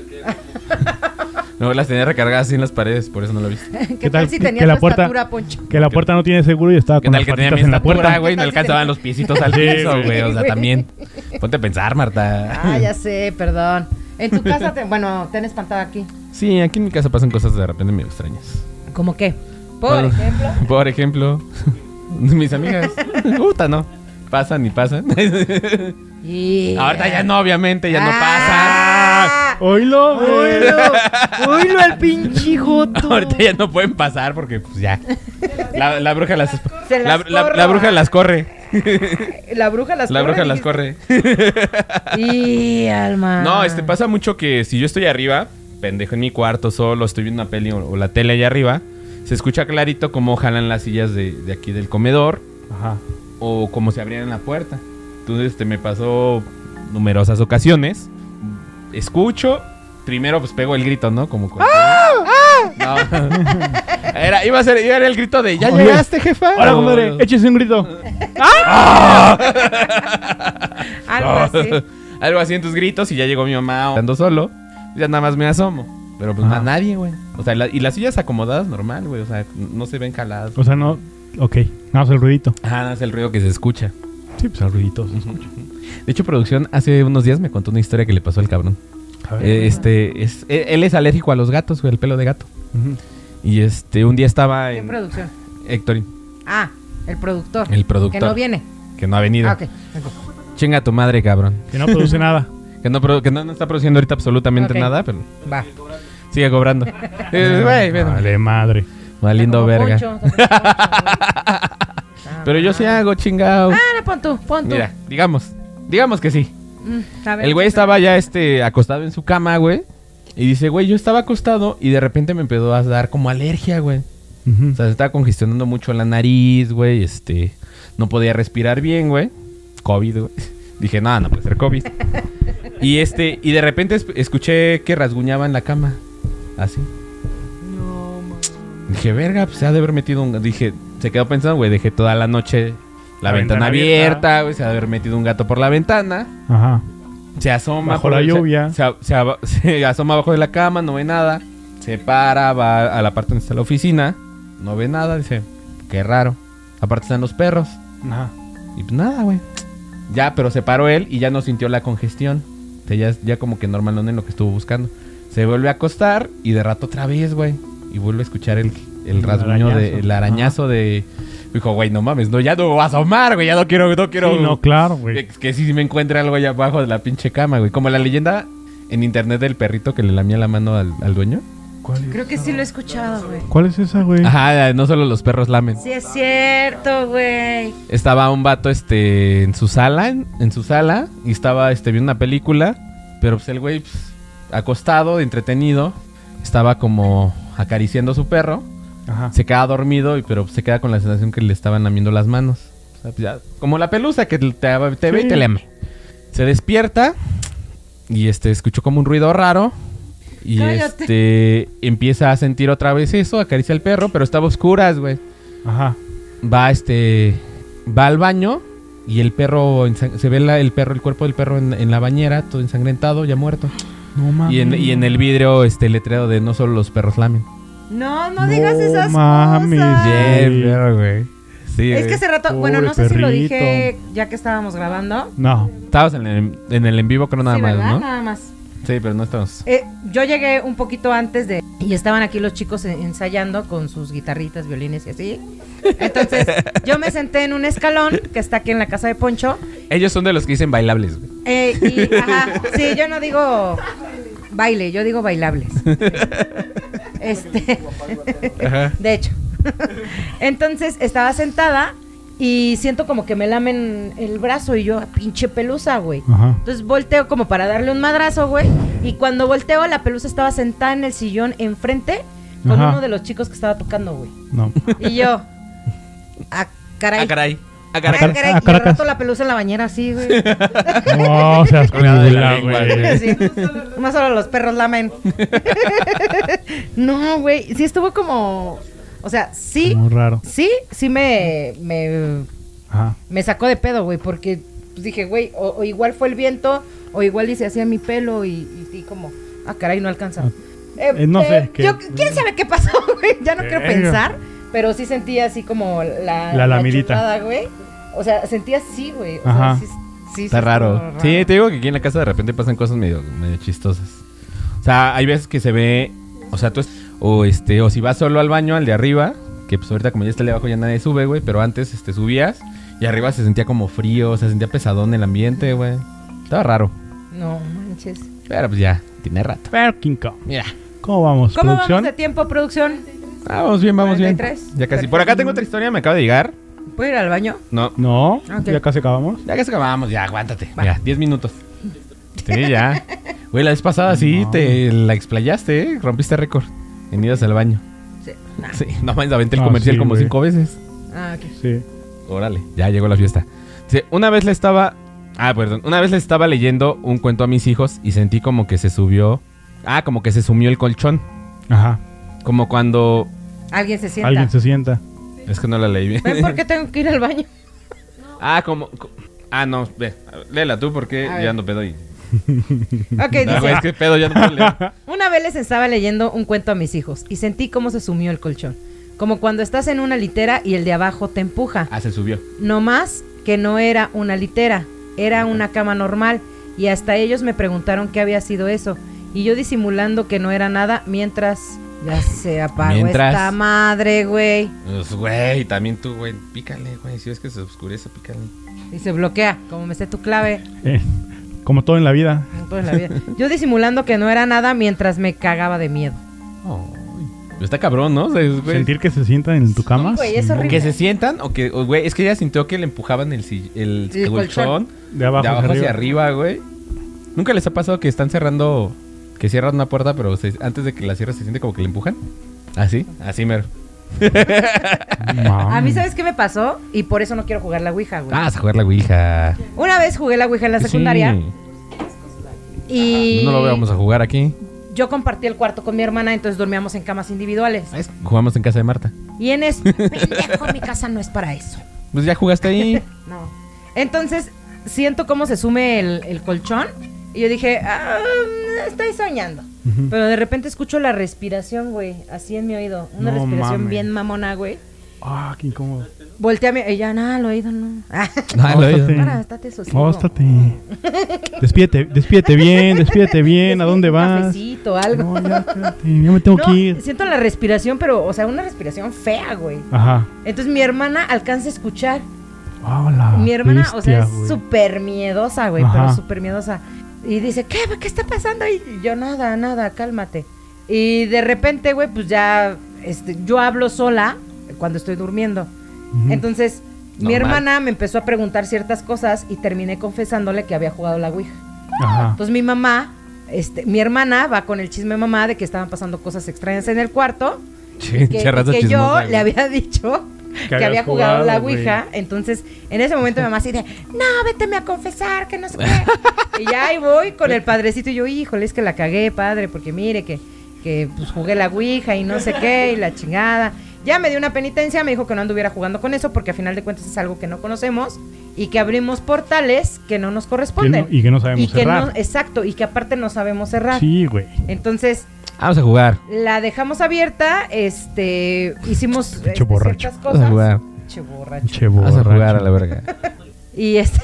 Speaker 2: No, las tenía recargadas así en las paredes, por eso no lo viste.
Speaker 1: ¿Qué,
Speaker 3: ¿Qué
Speaker 1: tal,
Speaker 3: tal
Speaker 1: si
Speaker 3: que-
Speaker 1: tenías
Speaker 3: que la
Speaker 1: tu
Speaker 3: puerta-
Speaker 1: estatura, Poncho?
Speaker 3: Que la puerta no tiene seguro y estaba
Speaker 2: ¿Qué
Speaker 3: con
Speaker 2: tal
Speaker 3: las
Speaker 2: que tenía
Speaker 3: patitas
Speaker 2: mi
Speaker 3: en la puerta.
Speaker 2: estatura, güey? No alcanzaban los piecitos al
Speaker 3: Sí,
Speaker 2: piso,
Speaker 3: güey.
Speaker 2: güey. O sea, también. Ponte a pensar, Marta.
Speaker 1: Ah, ya sé, perdón. En tu casa, te- bueno, te han espantado aquí.
Speaker 2: Sí, aquí en mi casa pasan cosas de repente medio extrañas.
Speaker 1: ¿Cómo qué? Por
Speaker 2: Bueno,
Speaker 1: ejemplo.
Speaker 2: Por ejemplo, mis amigas. Puta, no. Pasan y pasan.
Speaker 1: Y-
Speaker 2: Ahorita ya no, obviamente, ya no pasan.
Speaker 1: Ah,
Speaker 3: Oílo, güey.
Speaker 1: oílo, oílo al pinche joto.
Speaker 2: Ahorita ya no pueden pasar porque, pues ya. La, la bruja las.
Speaker 1: Se
Speaker 2: La,
Speaker 1: las
Speaker 2: la-
Speaker 1: corro.
Speaker 2: la bruja las corre.
Speaker 1: La bruja las
Speaker 2: La
Speaker 1: corre,
Speaker 2: bruja las
Speaker 1: dijiste.
Speaker 2: corre.
Speaker 1: Y alma.
Speaker 2: No, este pasa mucho que si yo estoy arriba, pendejo en mi cuarto solo, estoy viendo una peli o, o la tele allá arriba, se escucha clarito cómo jalan las sillas de, de aquí del comedor
Speaker 3: Ajá.
Speaker 2: o cómo se abrían la puerta. Entonces este, me pasó numerosas ocasiones. Escucho, primero pues pego el grito, ¿no? Como con- No. Era, iba a ser era el grito de ¿Ya
Speaker 3: Oye.
Speaker 2: llegaste, jefa?
Speaker 3: Ahora,
Speaker 2: O-
Speaker 3: compadre, échese un grito.
Speaker 1: Algo
Speaker 2: No.
Speaker 1: así.
Speaker 2: Algo así en tus gritos y ya llegó mi mamá. Ando solo, ya nada más me asomo. Pero pues
Speaker 3: Ah.
Speaker 2: no a nadie, güey. O sea, la- y las sillas acomodadas normal, güey. O sea, no se ven jaladas.
Speaker 3: O sea, no. Ok, nada más el ruidito.
Speaker 2: Ah, no es el ruido que se escucha.
Speaker 3: Sí, pues el ruidito. se escucha.
Speaker 2: De hecho, producción hace unos días me contó una historia que le pasó al cabrón.
Speaker 3: A ver.
Speaker 2: Eh, este, es, eh, él es alérgico a los gatos, güey, al pelo de gato.
Speaker 3: Ujú.
Speaker 2: Y este, un día estaba
Speaker 1: ¿Qué
Speaker 2: en
Speaker 1: producción?
Speaker 2: Héctor,
Speaker 1: Ah, el productor.
Speaker 2: El productor.
Speaker 1: Que no viene.
Speaker 2: que no ha venido.
Speaker 1: Ah, ok.
Speaker 2: Chinga tu madre, cabrón.
Speaker 3: Que no produce nada.
Speaker 2: Que no, produ- que no, no está produciendo ahorita absolutamente
Speaker 1: Ok.
Speaker 2: nada, pero
Speaker 1: Va.
Speaker 2: sigue cobrando. Eh, güey, bueno,
Speaker 3: Vale, madre.
Speaker 2: Valiendo
Speaker 1: Como
Speaker 2: verga.
Speaker 1: Poncho, como Poncho, güey.
Speaker 2: Pero yo sí hago, chingado.
Speaker 1: Ah, no, pon tú, pon tú.
Speaker 2: Mira, digamos, digamos que sí.
Speaker 1: Mm, a ver,
Speaker 2: El güey
Speaker 1: sí,
Speaker 2: estaba ya este acostado en su cama, güey. Y dice, güey, yo estaba acostado y de repente me empezó a dar como alergia, güey.
Speaker 3: Ujú.
Speaker 2: O sea, se estaba congestionando mucho la nariz, güey. Este, no podía respirar bien, güey. COVID, güey. Dije, nada, no puede ser COVID. y este, y de repente es- escuché que rasguñaba en la cama. Así. Dije, verga, pues se ha de haber metido un. Dije, se quedó pensando, güey. Dejé toda la noche la,
Speaker 3: La
Speaker 2: ventana,
Speaker 3: ventana
Speaker 2: abierta, güey. Se ha de haber metido un gato por la ventana.
Speaker 3: Ajá.
Speaker 2: Se asoma.
Speaker 3: Bajo
Speaker 2: por-
Speaker 3: la
Speaker 2: se-
Speaker 3: lluvia.
Speaker 2: Se, se aba- se asoma abajo de la cama, no ve nada. Se para, va a la parte donde está la oficina. No ve nada, dice, qué raro. Aparte están los perros.
Speaker 3: Ajá.
Speaker 2: Y pues nada, güey. Ya, pero se paró él y ya no sintió la congestión. O sea, ya, ya como que normalón en lo que estuvo buscando. Se vuelve a acostar y de rato otra vez, güey. Y vuelve a escuchar el, el
Speaker 3: El
Speaker 2: rasguño,
Speaker 3: arañazo.
Speaker 2: de, el arañazo de... Dijo, güey, no mames, no, ya no me voy a asomar, güey. Ya no quiero, no quiero...
Speaker 3: Sí, no, claro, güey.
Speaker 2: Que, que sí, sí me encuentre algo allá abajo de la pinche cama, güey. Como la leyenda en internet del perrito que le lamía la mano al, al dueño.
Speaker 3: ¿Cuál es?
Speaker 7: Creo que sí lo he escuchado, güey.
Speaker 3: ¿Cuál es esa, güey?
Speaker 2: Ajá, no solo los perros lamen.
Speaker 7: Sí es cierto, güey.
Speaker 2: Estaba un vato este en su sala, en, en su sala y estaba este viendo una película, pero pues el güey pues, acostado, entretenido, estaba como acariciando a su perro,
Speaker 3: Ajá.
Speaker 2: se queda dormido y pero pues, se queda con la sensación que le estaban lamiendo las manos. O sea, pues, ya, como la pelusa que te, te ve y
Speaker 3: Sí.
Speaker 2: te lame. Se despierta y este escuchó como un ruido raro y este empieza a sentir otra vez eso, acaricia al perro, pero estaba a oscuras, güey
Speaker 3: Ajá.
Speaker 2: va este va al baño y el perro ensa- se ve la- el perro el cuerpo del perro en, en la bañera todo ensangrentado ya muerto
Speaker 3: No mames.
Speaker 2: y en, y en el vidrio este letreado de no solo los perros lamen
Speaker 7: No, no digas esas
Speaker 3: mames,
Speaker 7: cosas.
Speaker 3: Ay.
Speaker 2: el perro, güey sí
Speaker 1: Es que
Speaker 2: güey.
Speaker 1: hace rato,
Speaker 3: Pobre
Speaker 1: bueno, no sé si lo
Speaker 3: perrito.
Speaker 1: dije ya que estábamos grabando.
Speaker 3: No.
Speaker 2: estabas en el, en el en vivo creo nada
Speaker 1: sí,
Speaker 2: más
Speaker 1: ¿verdad?
Speaker 2: no
Speaker 1: Nada más.
Speaker 2: sí pero no estamos
Speaker 1: Eh, yo llegué un poquito antes de... Y estaban aquí los chicos en- ensayando con sus guitarritas, violines y así. Entonces, yo me senté en un escalón que está aquí en la casa de Poncho.
Speaker 2: ellos son de los que dicen bailables güey.
Speaker 1: eh, y, ajá, sí, yo no digo baile, yo digo bailables. Este...
Speaker 2: Ajá.
Speaker 1: De hecho. Entonces estaba sentada y siento como que me lamen el brazo y yo, pinche pelusa, güey.
Speaker 3: Ajá.
Speaker 1: Entonces volteo como para darle un madrazo, güey. Y cuando volteo, la pelusa estaba sentada en el sillón enfrente con
Speaker 3: Ajá.
Speaker 1: uno de los chicos que estaba tocando, güey.
Speaker 3: No.
Speaker 1: Y yo, ah, caray.
Speaker 2: Ah, caray Ah,
Speaker 1: Ah,
Speaker 2: caray.
Speaker 3: Car-
Speaker 1: caray.
Speaker 3: ah,
Speaker 1: Y al
Speaker 3: Caracas.
Speaker 1: rato la pelusa en la bañera así, güey.
Speaker 3: No, seas
Speaker 2: Colgada de la
Speaker 3: culera,
Speaker 2: lengua,
Speaker 3: güey.
Speaker 1: Sí, No solo los perros lamen. No, güey. Sí estuvo como... O sea, sí,
Speaker 3: Muy raro.
Speaker 1: Sí, sí me, me,
Speaker 3: Ajá.
Speaker 1: me sacó de pedo, güey, porque pues, dije, güey, o, o igual fue el viento, o igual y se hacía mi pelo y, y- y como, ah, caray, no alcanza.
Speaker 3: Ah. Eh, no sé, que-
Speaker 1: yo- ¿Quién sabe qué pasó, güey? Ya no quiero
Speaker 3: Verga.
Speaker 1: pensar, pero sí sentía así como la...
Speaker 3: La lamidita.
Speaker 1: chulada, güey. O sea, sentía así, güey. O sea,
Speaker 3: Ajá.
Speaker 1: sí, sí,
Speaker 2: Está
Speaker 1: sí,
Speaker 2: raro.
Speaker 1: estuvo
Speaker 2: Sí, te digo que aquí en la casa de repente pasan cosas medio, medio chistosas. O sea, hay veces que se ve, o sea, tú es- o este, o si vas solo al baño, al de arriba, que pues ahorita como ya está el de abajo ya nadie sube, güey, pero antes este subías y arriba se sentía como frío, se sentía pesadón el ambiente, güey. Estaba raro.
Speaker 1: No, manches.
Speaker 2: Pero pues ya, tiene rato.
Speaker 3: Perkin Co.
Speaker 2: Mira.
Speaker 3: ¿Cómo vamos?
Speaker 1: ¿Cómo
Speaker 3: ¿Producción?
Speaker 1: vamos de tiempo, producción?
Speaker 2: Ah, vamos bien, vamos bien.
Speaker 1: 43.
Speaker 2: Ya casi. Por acá tengo otra historia, me acaba de llegar.
Speaker 1: ¿Puedo ir al baño?
Speaker 2: No.
Speaker 3: No.
Speaker 1: Ok.
Speaker 3: Ya casi acabamos.
Speaker 2: Ya casi acabamos, ya, aguántate. Mira, 10 minutos. Sí, ya. Güey, la vez pasada sí
Speaker 3: No.
Speaker 2: te la explayaste, ¿eh? Rompiste récord. En idas al baño.
Speaker 1: Sí.
Speaker 2: Sí, no mames, aventé el
Speaker 3: Ah,
Speaker 2: comercial
Speaker 3: sí,
Speaker 2: como
Speaker 3: güey.
Speaker 2: cinco veces.
Speaker 1: Ah, ok.
Speaker 3: Sí.
Speaker 2: Órale, ya llegó la fiesta. Dice, una vez le estaba. Ah, perdón. Una vez le estaba leyendo un cuento a mis hijos y sentí como que se subió. Ah, como que se sumió el colchón.
Speaker 3: Ajá.
Speaker 2: Como cuando.
Speaker 1: Alguien se sienta.
Speaker 3: Alguien se sienta.
Speaker 2: Es que no la leí bien.
Speaker 1: ¿Ven por qué tengo que ir al baño?
Speaker 2: Ah, como. co- Ah, no, ve. a ver, Léela tú porque
Speaker 1: A
Speaker 2: ya
Speaker 1: ver.
Speaker 2: ando pedo y.
Speaker 1: Ok,
Speaker 2: Ah, güey,
Speaker 1: dice,
Speaker 2: es que pedo ya no puedo leer.
Speaker 1: una vez les estaba leyendo un cuento a mis hijos y sentí cómo se sumió el colchón. Como cuando estás en una litera y el de abajo te empuja.
Speaker 2: Ah, se subió.
Speaker 1: No más que no era una litera, era una cama normal y hasta ellos me preguntaron qué había sido eso. Y yo disimulando que no era nada mientras ya se apagó
Speaker 2: Mientras.
Speaker 1: esta madre, güey.
Speaker 2: Pues, güey, también tú, güey. Pícale, güey. Si es que se oscurece, pícale.
Speaker 1: Y se bloquea, como me sé tu clave.
Speaker 3: Eh, como todo en la vida.
Speaker 1: como todo en pues, la vida. Yo disimulando que no era nada mientras me cagaba de miedo.
Speaker 2: Pero Está cabrón, ¿no? O sea, es, güey,
Speaker 3: Sentir que se sientan en tu cama.
Speaker 1: güey, es
Speaker 3: No.
Speaker 1: horrible.
Speaker 2: Que se sientan o que, o, güey, es que ella sintió que le empujaban el, sill- el,
Speaker 1: El
Speaker 2: colchón,
Speaker 3: De abajo,
Speaker 2: de abajo hacia
Speaker 3: hacia arriba.
Speaker 2: arriba, güey. ¿Nunca les ha pasado que están cerrando, que cierran una puerta, pero se- antes de que la cierres se siente como que le empujan? Así, así mero.
Speaker 3: Mames.
Speaker 1: A mí, ¿sabes qué me pasó? Y por eso no quiero jugar la Ouija, güey.
Speaker 2: Ah, vas a jugar la Ouija.
Speaker 1: Una vez jugué la Ouija en la secundaria
Speaker 2: Sí.
Speaker 1: y
Speaker 2: No lo vamos a jugar aquí.
Speaker 1: yo compartí el cuarto con mi hermana, entonces dormíamos en camas individuales.
Speaker 2: Jugamos en casa de Marta.
Speaker 1: Y en eso, pendejo, mi casa no es para eso.
Speaker 2: Pues ya jugaste ahí.
Speaker 1: No. Entonces, siento cómo se sume el, el colchón y yo dije, ah, estoy soñando.
Speaker 3: Ujú.
Speaker 1: Pero de repente escucho la respiración, güey, así en mi oído. Una
Speaker 3: No
Speaker 1: respiración
Speaker 3: mames.
Speaker 1: bien mamona, güey.
Speaker 3: Ah, qué incómodo.
Speaker 1: Voltea a mi... Ella, nada, al oído no. Ah,
Speaker 2: Ah, lo oí.
Speaker 3: Óstate.
Speaker 1: para, estate sosiego.
Speaker 3: Óstate. Despídete, despídete bien, despídete bien. ¿A dónde
Speaker 1: Un
Speaker 3: vas?
Speaker 1: cafecito, algo.
Speaker 3: No, ya, espérate, ya me tengo
Speaker 1: No,
Speaker 3: que ir.
Speaker 1: siento la respiración, pero, o sea, una respiración fea, güey.
Speaker 3: Ajá.
Speaker 1: Entonces mi hermana alcanza a escuchar.
Speaker 3: Hola.
Speaker 1: mi hermana, o sea,
Speaker 3: Ah, bestia, güey.
Speaker 1: es súper miedosa, güey,
Speaker 3: Ajá.
Speaker 1: pero súper miedosa. Y dice, ¿qué? ¿Qué está pasando? Y yo, nada, nada, cálmate. Y de repente, güey, pues ya este, yo hablo sola cuando estoy durmiendo.
Speaker 3: Ujú.
Speaker 1: Entonces, mi
Speaker 2: Normal.
Speaker 1: hermana me empezó a preguntar ciertas cosas y terminé confesándole que había jugado la Ouija.
Speaker 3: Ajá.
Speaker 1: Entonces mi mamá, este, mi hermana va con el chisme de mamá de que estaban pasando cosas extrañas en el cuarto.
Speaker 2: Che,
Speaker 1: Que,
Speaker 2: che, raza
Speaker 1: que yo
Speaker 2: chismosa,
Speaker 1: le
Speaker 2: güey.
Speaker 1: había dicho que,
Speaker 3: habías
Speaker 1: había jugado, la
Speaker 3: güey.
Speaker 1: Ouija. Entonces, en ese momento mi mamá así de, no, véteme a confesar, que no sé qué. y ya ahí voy con el padrecito y yo, híjole, es que la cagué, padre, porque mire que, que pues jugué la Ouija y no sé qué, y la chingada. Ya me dio una penitencia, me dijo que no anduviera jugando con eso, porque a final de cuentas es algo que no conocemos y que abrimos portales que no nos
Speaker 3: Que no-
Speaker 1: corresponden.
Speaker 3: y que no sabemos
Speaker 1: Y que
Speaker 3: cerrar.
Speaker 1: no, exacto, y que aparte no sabemos cerrar.
Speaker 3: Sí, güey.
Speaker 1: Entonces,
Speaker 2: Vamos a jugar.
Speaker 1: la dejamos abierta, este, hicimos
Speaker 3: Pinche
Speaker 1: este,
Speaker 3: borracho.
Speaker 1: ciertas
Speaker 2: Vamos a
Speaker 1: cosas.
Speaker 2: jugar.
Speaker 1: Pinche borracho.
Speaker 3: Pinche
Speaker 2: Vamos a
Speaker 3: borracho.
Speaker 2: jugar a la verga.
Speaker 1: Y este,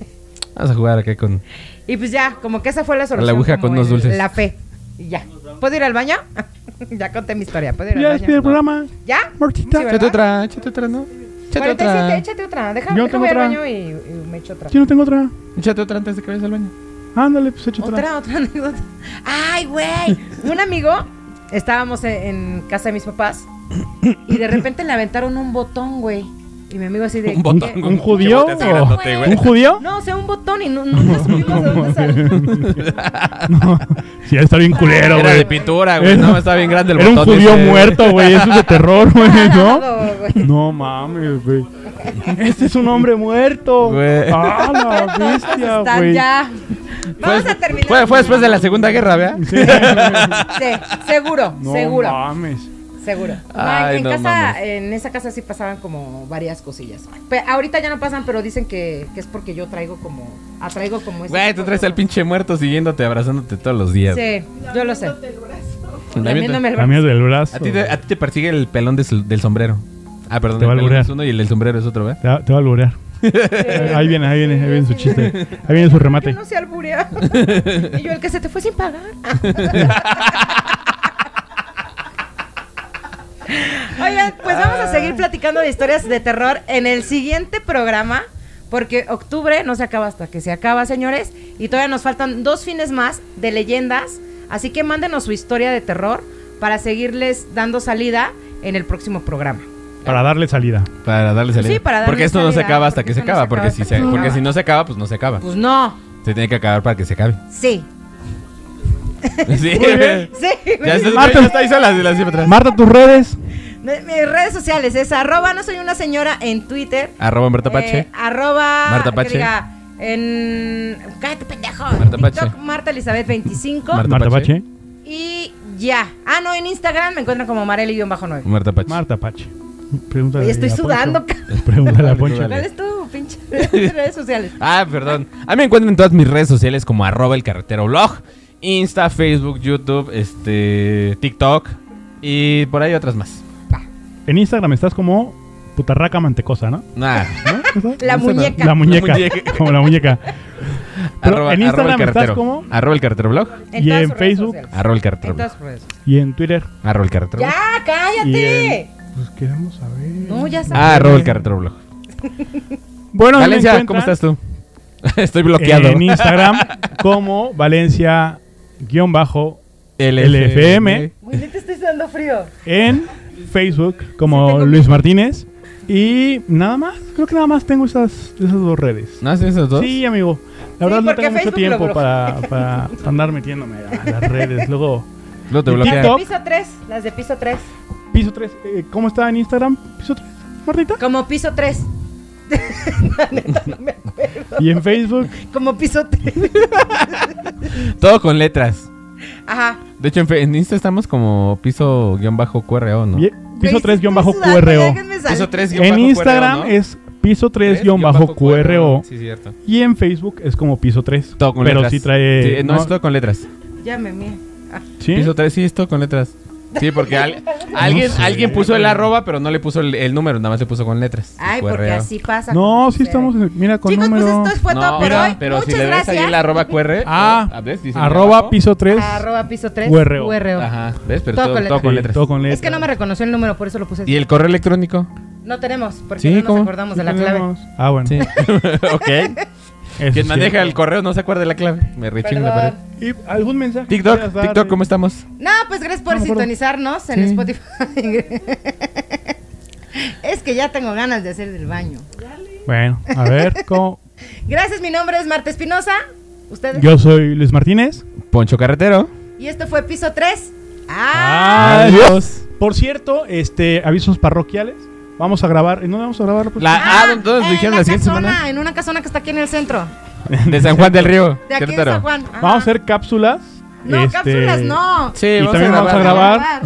Speaker 2: Vamos a jugar acá con.
Speaker 1: y pues ya, como que esa fue la solución.
Speaker 2: la ouija
Speaker 1: como
Speaker 2: con unos
Speaker 1: el-
Speaker 2: dulces.
Speaker 1: La fe. Y ya. ¿Puedo ir al baño? ya conté mi historia, ¿puedo ir
Speaker 3: Ya pues.
Speaker 1: al
Speaker 3: despide
Speaker 1: baño?
Speaker 3: el programa.
Speaker 1: ¿Ya?
Speaker 3: Martita.
Speaker 1: Sí, ¿verdad?
Speaker 2: Échate otra, échate otra, ¿no? Échate
Speaker 1: 47,
Speaker 2: otra.
Speaker 1: échate otra. Deja,
Speaker 3: Yo
Speaker 1: déjame
Speaker 3: tengo
Speaker 1: ir al
Speaker 3: otra.
Speaker 1: baño y, y me echo otra.
Speaker 3: Yo no tengo otra.
Speaker 2: Échate otra antes de que vayas al baño.
Speaker 3: Ándale, pues échate otra.
Speaker 1: Otra, otra anécdota. Ay, güey. Un amigo, estábamos en, en casa de mis papás y de repente le aventaron un botón, güey. Y mi amigo así de...
Speaker 2: Un botón,
Speaker 1: ¿qué?
Speaker 3: ¿Un, un judío?
Speaker 2: Qué bote así
Speaker 3: o-
Speaker 2: grandote, güey.
Speaker 3: ¿Un judío?
Speaker 1: No, o sea, un botón y no, nunca supimos de dónde salió.
Speaker 3: No. Sí, está bien culero,
Speaker 2: Era de
Speaker 3: güey.
Speaker 2: pintura, güey. No, está bien grande el
Speaker 3: Era un
Speaker 2: botón
Speaker 3: judío
Speaker 2: ese.
Speaker 3: muerto, güey. Eso es de terror, güey, ¿no?
Speaker 1: Todo, güey.
Speaker 3: No mames, güey. Este es un hombre muerto.
Speaker 2: Güey.
Speaker 3: Ah, la
Speaker 1: Todos
Speaker 3: bestia,
Speaker 1: están
Speaker 3: güey.
Speaker 1: pues, ya. Vamos
Speaker 2: Fue-
Speaker 1: a terminar.
Speaker 2: Fue, fue después de la Segunda Guerra, ¿vea?
Speaker 3: Sí.
Speaker 1: Sí, seguro,
Speaker 3: No
Speaker 1: seguro,
Speaker 3: mames.
Speaker 1: seguro. No,
Speaker 2: Ay,
Speaker 1: en, en
Speaker 2: no
Speaker 1: casa,
Speaker 2: mames.
Speaker 1: en esa casa sí pasaban como varias cosillas. Pe- ahorita ya no pasan, pero dicen que, que es porque yo traigo como, atraigo como ese
Speaker 2: Güey,
Speaker 1: tipo
Speaker 2: tú
Speaker 1: de
Speaker 2: traes al
Speaker 1: cosas.
Speaker 2: pinche muerto siguiéndote, abrazándote todos los días.
Speaker 1: Sí, yo lo sé. Lamiéndome
Speaker 2: Lamiéndome-
Speaker 1: el
Speaker 3: La
Speaker 1: brazo.
Speaker 3: mía es del brazo.
Speaker 2: A ti, te, a ti te persigue el pelón de su- del sombrero. Ah, perdón,
Speaker 3: Te va a
Speaker 2: el pelón
Speaker 3: alburear.
Speaker 2: es uno y el del sombrero es otro, ¿verdad?
Speaker 3: Te va, te va a alburear. Ahí viene, ahí viene, ahí viene su chiste. Ahí viene su
Speaker 1: Yo
Speaker 3: remate.
Speaker 1: no sé alburear. y yo, el que se te fue sin pagar. Oigan, pues vamos
Speaker 2: Ah.
Speaker 1: a seguir platicando de historias de terror en el siguiente programa. Porque octubre no se acaba hasta que se acaba, señores. Y todavía nos faltan dos fines más de leyendas. Así que mándenos su historia de terror para seguirles dando salida en el próximo programa.
Speaker 3: Para darle salida.
Speaker 2: Para darle salida.
Speaker 1: Sí, para darle
Speaker 2: Porque esto no se
Speaker 1: salida,
Speaker 2: acaba hasta
Speaker 1: porque
Speaker 2: que se
Speaker 1: esto no
Speaker 2: acaba.
Speaker 1: se
Speaker 2: Porque,
Speaker 1: acaba
Speaker 2: si
Speaker 1: hasta
Speaker 2: se,
Speaker 1: que se
Speaker 2: porque
Speaker 1: acaba.
Speaker 2: si no se acaba, pues no se acaba.
Speaker 1: Pues no,
Speaker 2: Se tiene que acabar para que se acabe.
Speaker 1: sí.
Speaker 2: Sí.
Speaker 1: Sí.
Speaker 2: Ya está,
Speaker 3: Marta.
Speaker 2: ya está hizo las de las cifras atrás.
Speaker 3: Marta, tus redes.
Speaker 1: Me- Mis redes sociales es arroba no soy una señora en Twitter.
Speaker 2: Arroba Marta Pache.
Speaker 1: Eh, arroba
Speaker 2: Marta
Speaker 1: que
Speaker 2: Pache.
Speaker 1: diga, en cállate pendejo.
Speaker 2: Marta
Speaker 1: TikTok,
Speaker 2: Pache.
Speaker 1: Marta Elizabeth 25
Speaker 2: Marta
Speaker 3: Marta
Speaker 2: Pache.
Speaker 3: Pache.
Speaker 1: y ya. Ah, no, en Instagram me encuentran como Mareli-9.
Speaker 2: Marta Pache.
Speaker 3: Marta Pache. Pregúntale.
Speaker 1: Oye, estoy
Speaker 3: a Poncho.
Speaker 1: sudando, cabrón.
Speaker 3: Pregúntale a
Speaker 2: Dale,
Speaker 3: Poncho.
Speaker 2: dale.
Speaker 1: ¿Cuál es tu pinche redes sociales?
Speaker 2: Ah, perdón. A mí me encuentran en todas mis redes sociales como arroba el carretero blog. Insta, Facebook, YouTube, este, TikTok y por ahí otras más.
Speaker 3: En Instagram estás como putarraca mantecosa, ¿no?
Speaker 2: Nah.
Speaker 3: ¿No? ¿Esa?
Speaker 1: La muñeca.
Speaker 3: La muñeca.
Speaker 2: La muñeca.
Speaker 3: como la muñeca. Pero en Instagram
Speaker 2: el
Speaker 3: estás
Speaker 2: carretero.
Speaker 3: como-
Speaker 2: Arroba el carretero blog.
Speaker 3: Y
Speaker 1: todas sus
Speaker 3: en
Speaker 1: redes
Speaker 3: Facebook. Ah,
Speaker 1: sociales.
Speaker 2: Arroba el
Speaker 1: En
Speaker 2: carretero blog.
Speaker 1: todas sus redes sociales.
Speaker 3: Y en Twitter.
Speaker 2: Arroba el carretero blog.
Speaker 1: Ya,
Speaker 3: Y
Speaker 1: cállate.
Speaker 3: en- Pues queremos saber.
Speaker 1: No, ya sabes.
Speaker 2: Ah, arroba el carretero blog.
Speaker 3: Bueno, ahí me
Speaker 2: Valencia, ¿cómo
Speaker 3: encuentran
Speaker 2: estás tú? Estoy bloqueado.
Speaker 3: En Instagram como Valencia-bajo LFM.
Speaker 1: Güey, neta, estoy sudando frío.
Speaker 3: en Facebook como Luis Martínez. Y nada más, creo que nada más tengo esas, esas dos redes.
Speaker 2: ¿No haces esos dos?
Speaker 3: Sí, amigo. La
Speaker 1: Sí,
Speaker 3: verdad no
Speaker 1: porque
Speaker 3: tengo mucho
Speaker 1: Facebook
Speaker 3: tiempo
Speaker 1: lo
Speaker 3: para, para andar metiéndome a las redes. Luego,
Speaker 2: Luego te
Speaker 3: Y
Speaker 2: bloquean.
Speaker 3: TikTok.
Speaker 1: Piso 3, las de piso 3.
Speaker 3: piso 3. ¿Cómo está en Instagram? Piso 3, Martita.
Speaker 1: Como piso 3.
Speaker 3: Y en Facebook,
Speaker 1: Como piso 3.
Speaker 2: Todo con letras.
Speaker 1: Ajá.
Speaker 2: De hecho, en, fe- en Insta estamos como piso guión bajo QRO, ¿no?
Speaker 3: y- piso
Speaker 1: Güey,
Speaker 3: 3 guión
Speaker 1: estoy
Speaker 3: bajo
Speaker 1: sudando,
Speaker 3: QRO.
Speaker 1: déjenme salir.
Speaker 2: Piso 3
Speaker 3: En Instagram es piso 3 guión bajo QRO.
Speaker 2: Sí, cierto.
Speaker 3: Y en Facebook es como piso 3.
Speaker 2: Todo con
Speaker 3: Pero
Speaker 2: letras.
Speaker 3: sí trae.
Speaker 2: Sí, no, es todo con letras.
Speaker 1: Ya me mía. Ah,
Speaker 3: ¿sí?
Speaker 2: Piso 3, sí, es todo con letras. Sí, porque al- alguien,
Speaker 3: sé.
Speaker 2: alguien puso el arroba, pero no le puso el, el número, nada más le puso con letras.
Speaker 1: Ay,
Speaker 2: QRO.
Speaker 1: porque así pasa.
Speaker 3: No,
Speaker 1: cuando
Speaker 3: sí
Speaker 1: sucede.
Speaker 3: estamos. en- Mira, con
Speaker 1: Chicos,
Speaker 3: número.
Speaker 1: pues esto fue todo
Speaker 2: No,
Speaker 1: por
Speaker 2: pero,
Speaker 1: hoy.
Speaker 2: pero
Speaker 1: Muchas
Speaker 2: si le ves ahí
Speaker 1: gracias.
Speaker 2: el arroba QR.
Speaker 3: Ah,
Speaker 2: ¿no? ¿ves? Dice
Speaker 3: Arroba
Speaker 2: abajo.
Speaker 3: piso 3.
Speaker 1: Ah, Arroba piso 3.
Speaker 3: URO.
Speaker 2: Ajá, ¿ves? Pero
Speaker 1: Todo
Speaker 2: todo,
Speaker 1: con
Speaker 2: todo
Speaker 1: letras.
Speaker 2: con
Speaker 3: Sí,
Speaker 2: letras.
Speaker 3: todo con letras.
Speaker 1: Es que no me reconoció el número, por eso lo puse.
Speaker 2: ¿Y el correo electrónico?
Speaker 1: No tenemos, porque
Speaker 2: Sí,
Speaker 1: no nos
Speaker 2: ¿cómo?
Speaker 1: acordamos de
Speaker 3: Sí
Speaker 1: la clave.
Speaker 3: tenemos. Ah, bueno.
Speaker 2: ok.
Speaker 3: Eso
Speaker 2: Quien
Speaker 3: sí.
Speaker 2: maneja el correo no se acuerda de la clave. Me rechingo la pared.
Speaker 1: Perdón.
Speaker 3: ¿Y algún mensaje? que
Speaker 2: TikTok,
Speaker 3: quieras dar
Speaker 2: TikTok,
Speaker 3: de-
Speaker 2: ¿cómo estamos?
Speaker 1: No, pues gracias por
Speaker 3: No me acuerdo.
Speaker 1: sintonizarnos en
Speaker 2: Sí.
Speaker 1: Spotify. es que ya tengo ganas de hacer del baño.
Speaker 3: Bueno, a ver, ¿cómo?
Speaker 1: Gracias, mi nombre es Marta Espinosa. Ustedes.
Speaker 3: Yo soy Luis Martínez.
Speaker 2: Poncho Carretero.
Speaker 1: Y esto fue piso 3.
Speaker 2: Ah,
Speaker 3: Adiós. Por cierto, este, avisos parroquiales. Vamos a grabar. ¿En dónde vamos a grabar? pues?
Speaker 2: La, ah, entonces
Speaker 1: en
Speaker 2: dijeron
Speaker 1: una
Speaker 2: la siguiente
Speaker 1: casona,
Speaker 2: semana.
Speaker 1: En una casona que está aquí en el centro.
Speaker 2: De San Juan del Río.
Speaker 1: De aquí en
Speaker 2: Querétaro.
Speaker 1: San Juan. Ajá.
Speaker 3: Vamos a hacer cápsulas.
Speaker 1: No,
Speaker 3: este,
Speaker 1: cápsulas no.
Speaker 2: Sí,
Speaker 3: Y
Speaker 2: vamos
Speaker 3: también
Speaker 2: a
Speaker 3: vamos a
Speaker 2: grabar.
Speaker 3: grabar.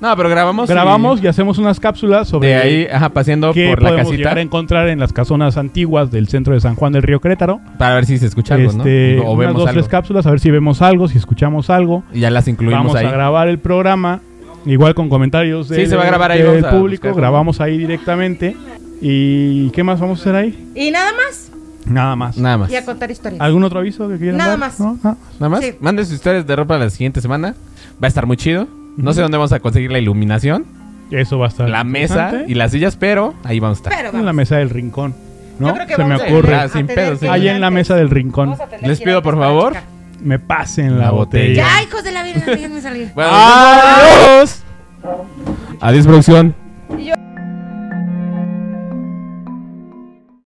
Speaker 2: No, pero grabamos. y-
Speaker 3: Grabamos y hacemos unas cápsulas sobre
Speaker 2: de ahí, ajá, paseando
Speaker 3: qué
Speaker 2: por la
Speaker 3: podemos llegar
Speaker 2: casita.
Speaker 3: a encontrar en las casonas antiguas del centro de San Juan del Río Querétaro.
Speaker 2: Para ver si se escucha algo,
Speaker 3: este,
Speaker 2: ¿no? O
Speaker 3: unas
Speaker 2: vemos
Speaker 3: dos,
Speaker 2: algo.
Speaker 3: tres cápsulas, a ver si vemos algo, si escuchamos algo.
Speaker 2: Y ya las incluimos
Speaker 3: vamos
Speaker 2: ahí.
Speaker 3: a grabar el programa, igual con comentarios
Speaker 2: Sí,
Speaker 3: del,
Speaker 2: se va a grabar ahí,
Speaker 3: del
Speaker 2: vamos a
Speaker 3: público,
Speaker 2: buscar.
Speaker 3: grabamos ahí directamente. ¿Y qué más vamos a hacer ahí?
Speaker 1: Y nada más.
Speaker 3: Nada más.
Speaker 2: Nada más.
Speaker 1: Y a contar historias.
Speaker 3: ¿Algún otro aviso que quieran
Speaker 1: Nada
Speaker 3: dar?
Speaker 1: más.
Speaker 3: ¿No? Ah.
Speaker 2: Nada más.
Speaker 1: Sí.
Speaker 2: Manden sus historias de ropa la siguiente semana. Va a estar muy chido. No sé dónde vamos a conseguir la iluminación,
Speaker 3: Eso va a estar.
Speaker 2: la mesa
Speaker 3: interesante.
Speaker 2: y las sillas, pero ahí vamos a estar.
Speaker 1: Pero
Speaker 3: En la
Speaker 1: vamos.
Speaker 3: mesa del rincón. ¿no?
Speaker 1: Yo creo que
Speaker 3: Se me
Speaker 1: vamos a
Speaker 3: ocurre.
Speaker 1: tener-
Speaker 2: Ah, sin
Speaker 1: a tener
Speaker 2: pedos,
Speaker 1: que
Speaker 2: sí.
Speaker 1: ir
Speaker 3: Allá en la
Speaker 1: antes.
Speaker 3: mesa del rincón.
Speaker 1: Vamos a tener
Speaker 2: Les
Speaker 1: que ir
Speaker 2: pido,
Speaker 1: antes
Speaker 2: por
Speaker 1: para
Speaker 2: favor.
Speaker 1: checar.
Speaker 3: Me pasen la,
Speaker 2: La
Speaker 3: botella.
Speaker 2: botella.
Speaker 1: Ya, hijos de la vida, déjenme salir.
Speaker 2: Bueno, ¡Adiós! Adiós, producción.